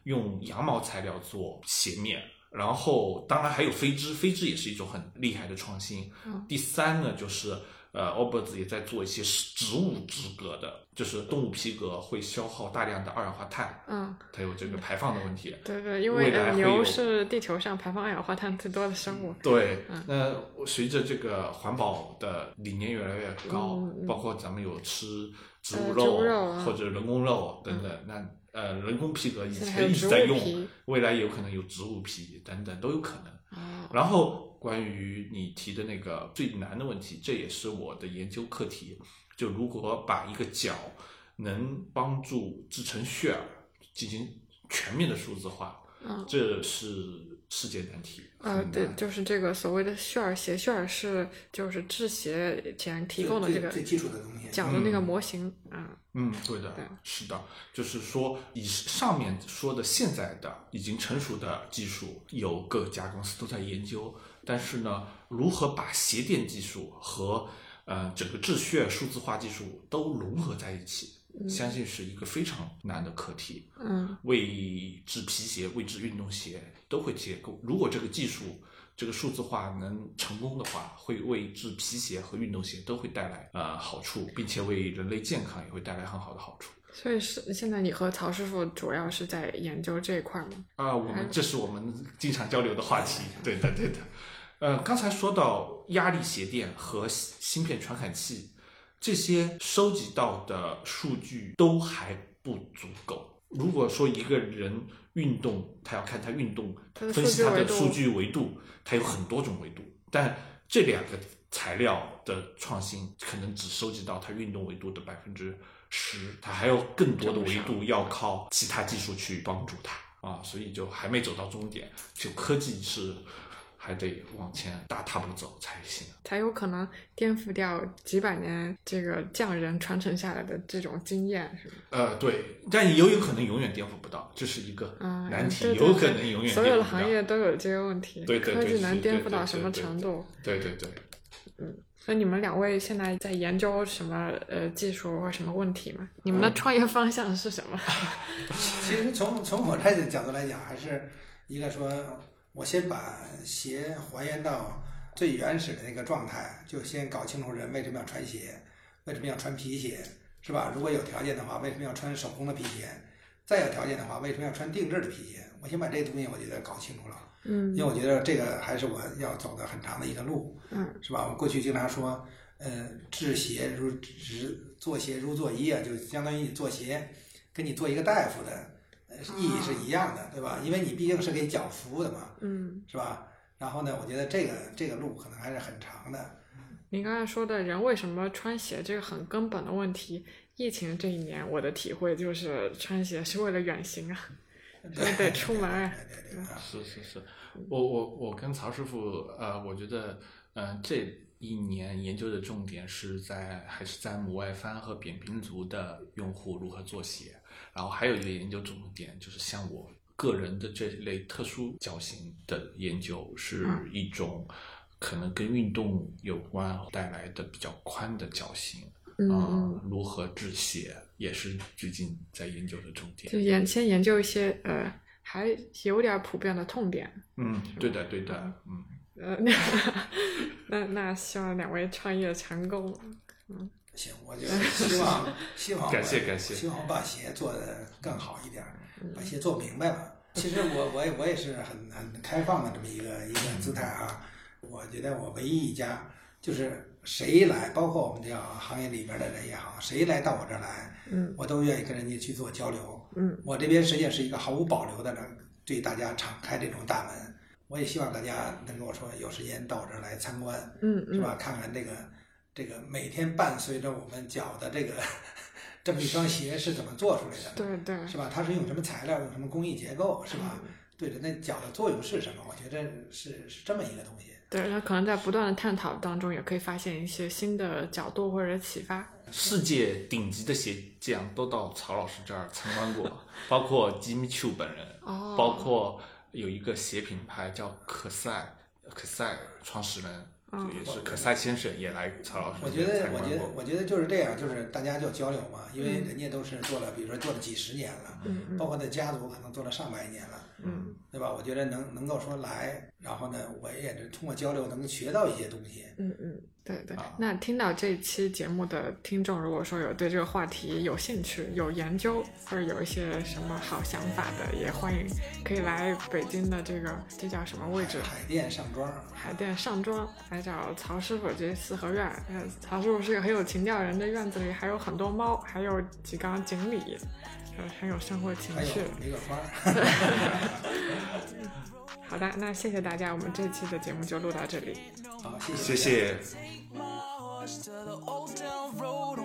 C: 用羊毛材料做鞋面，然后当然还有飞织，飞织也是一种很厉害的创新。
A: 嗯
C: 第三呢，就是呃 a l b e r t 也在做一些植物制革的，就是动物皮革会消耗大量的二氧化碳，
A: 嗯，
C: 它有这个排放的问题。
A: 对对，因
C: 未
A: 为
C: 来
A: 呃
C: 会有
A: 牛是地球上排放二氧化碳最多的生物。
C: 对
A: 嗯，
C: 那随着这个环保的理念越来越高，
A: 嗯嗯
C: 包括咱们有吃植物
A: 呃
C: 肉,、
A: 植物肉啊嗯
C: 或者人工肉等等，那呃人工皮革以
A: 现在还有
C: 前一直
A: 植物
C: 在用
A: 皮，
C: 未来有可能有植物皮等等都有可能。
A: 哦，
C: 然后关于你提的那个最难的问题，这也是我的研究课题。就如果把一个脚能帮助制成血儿进行全面的数字化，
A: 嗯，
C: 这是世界难题。
B: 嗯
A: 呃，
C: 很
A: 对，
C: 难
A: 就是这个所谓的旋儿鞋旋儿是就是制鞋前提供的这
B: 最
A: 个
B: 最基础的东西。
A: 讲的那个
C: 嗯
A: 模型啊，
C: 嗯，对的，
A: 对
C: 是的，就是说，以上面说的现在的已经成熟的技术，有各家公司都在研究，但是呢，如何把鞋垫技术和呃整个制血数字化技术都融合在一起，相信是一个非常难的课题。
A: 嗯
C: 为制皮鞋、为制运动鞋都会结构。如果这个技术、这个数字化能成功的话，会为制皮鞋和运动鞋都会带来呃好处，并且为人类健康也会带来很好的好处。
A: 所以是现在你和曹师傅主要是在研究这一块吗？
C: 啊、我
A: 嗯
C: 们这是我们经常交流的话题。对的，对的。呃，刚才说到压力鞋垫和芯芯片传感器，这些收集到的数据都还不足够。如果说一个人运动，他要看他运动
A: 他的
C: 分
A: 数
C: 析
A: 据
C: 它
A: 维
C: 的
A: 度
C: 数据维度，它有很多种维度，但这两个材料的创新可能只收集到它运动维度的百分之十，它还有更多的维
A: 这么
C: 度要靠其他技术去帮助它啊，所以就还没走到终点，就科技是还得往前大踏步走才行。
A: 才有可能颠覆掉几百年这个匠人传承下来的这种经验，是吗？
C: 呃，对，但也有可能永远颠覆不到，这是一个
A: 嗯，
C: 难题，
A: 对对
C: 有
A: 对
C: 可能永远
A: 所有
C: 颠
A: 的
C: 覆不
A: 行
C: 到。
A: 业都有这个问题，
C: 对对对
A: 科技能
C: 是
A: 颠
C: 对
A: 覆到
C: 对
A: 什
C: 对
A: 么
C: 对
A: 程度？
C: 对对对。
A: 那你们两位现在在研究什么呃技术或什么问题吗？你们
C: 哦
A: 的创业方向是 什么？
B: 其实从从我这的角度来讲，还是一个说，我先把鞋还原到最原始的那个状态，就先搞清楚人为什么要穿鞋，为什么要穿皮鞋，是吧？如果有条件的话，为什么要穿手工的皮鞋？再有条件的话，为什么要穿定制的皮鞋？我先把这东西我觉得搞清楚了，
A: 嗯
B: 因为我觉得这个还是我要走的很长的一个路。
A: 嗯
B: 是吧？我过去经常说，呃，制鞋如只做鞋如做医啊，就相当于你做鞋，跟你做一个大夫的呃意义是一样的，对吧？因为你毕竟是给脚服务的嘛，
A: 嗯
B: 是吧？然后呢，我觉得这个这个路可能还是很长的。
A: 您刚才说的人为什么穿鞋这个很根本的问题，疫情这一年我的体会就是穿鞋是为了远行啊，所以得出门 啊。
C: 是是是，我我我跟曹师傅，呃，我觉得，嗯、这一年研究的重点是在还是在母外翻和扁平足的用户如何做鞋，然后还有一个研究重点就是像我个人的这类特殊脚型的研究，是
A: 嗯
C: 一种可能跟运动有关带来的比较宽的脚型，
A: 嗯
C: 啊
A: 嗯，
C: 如何制鞋也是最近在研究的重点
A: 就。研先研究一些呃还有点普遍的痛点。
C: 嗯，对的，对的，嗯。
A: 呃， 那那那希望两位创业成功。
B: 行，我就希望希望我
C: 感谢感谢
B: 希望我把鞋做得更好一点儿，
A: 嗯
B: 把鞋做明白了。其实我我也我也是很很开放的这么一个一个姿态啊。我觉得我唯一一家就是谁来，包括我们这样行业里边的人也好，谁来到我这儿来，
A: 嗯
B: 我都愿意跟人家去做交流。
A: 嗯
B: 我这边实际上是一个毫无保留的让对大家敞开这种大门。我也希望大家能够说有时间到我这儿来参观。
A: 嗯
B: 是
A: 嗯，
B: 吧？看看这个这个每天伴随着我们脚的这个这么一双鞋是怎么做出来的，
A: 对对，嗯
B: 是吧？它是用什么材料，用什么工艺结构，是吧？对人的脚的作用是什么？我觉得是是这么一个东西。
A: 对，那可能在不断的探讨当中，也可以发现一些新的角度或者启发。
C: 世界顶级的鞋匠都到曹老师这儿参 观过，包括 Jimmy Choo 本人，
A: 哦
C: 包括有一个鞋品牌叫可赛，可赛创始人、
A: 嗯
C: 也是可赛先生也来曹老师
B: 我
C: 这
B: 觉
C: 边
B: 得
C: 啊参，
B: 我
C: 观
B: 觉得，
C: 过。
B: 我觉得就是这样，就是大家就交流嘛，因为人家都是做了，比如说做了几十年了，
A: 嗯嗯
B: 包括他家族可能做了上百年了，
A: 嗯
B: 对吧？我觉得能能够说来，然后呢，我也是通过交流能够学到一些东西。
A: 嗯嗯，对对
C: 啊。
A: 那听到这期节目的听众，如果说有对这个话题有兴趣、有研究，或者有一些什么好想法的，也欢迎可以来北京的这个这叫什么位置？
B: 海淀上庄，
A: 海淀上庄来找曹师傅这四合院。呃，曹师傅是个很有情调的人，这院子里还有很多猫，还有几缸锦鲤，呃，很有生活情
B: 还有
A: 趣。
B: 玫瑰花。
A: 好的，那谢谢大家，我们这期的节目就录到这里。
B: 好，谢谢大家。
C: 谢谢。
D: Take my horse to the old town road. I'm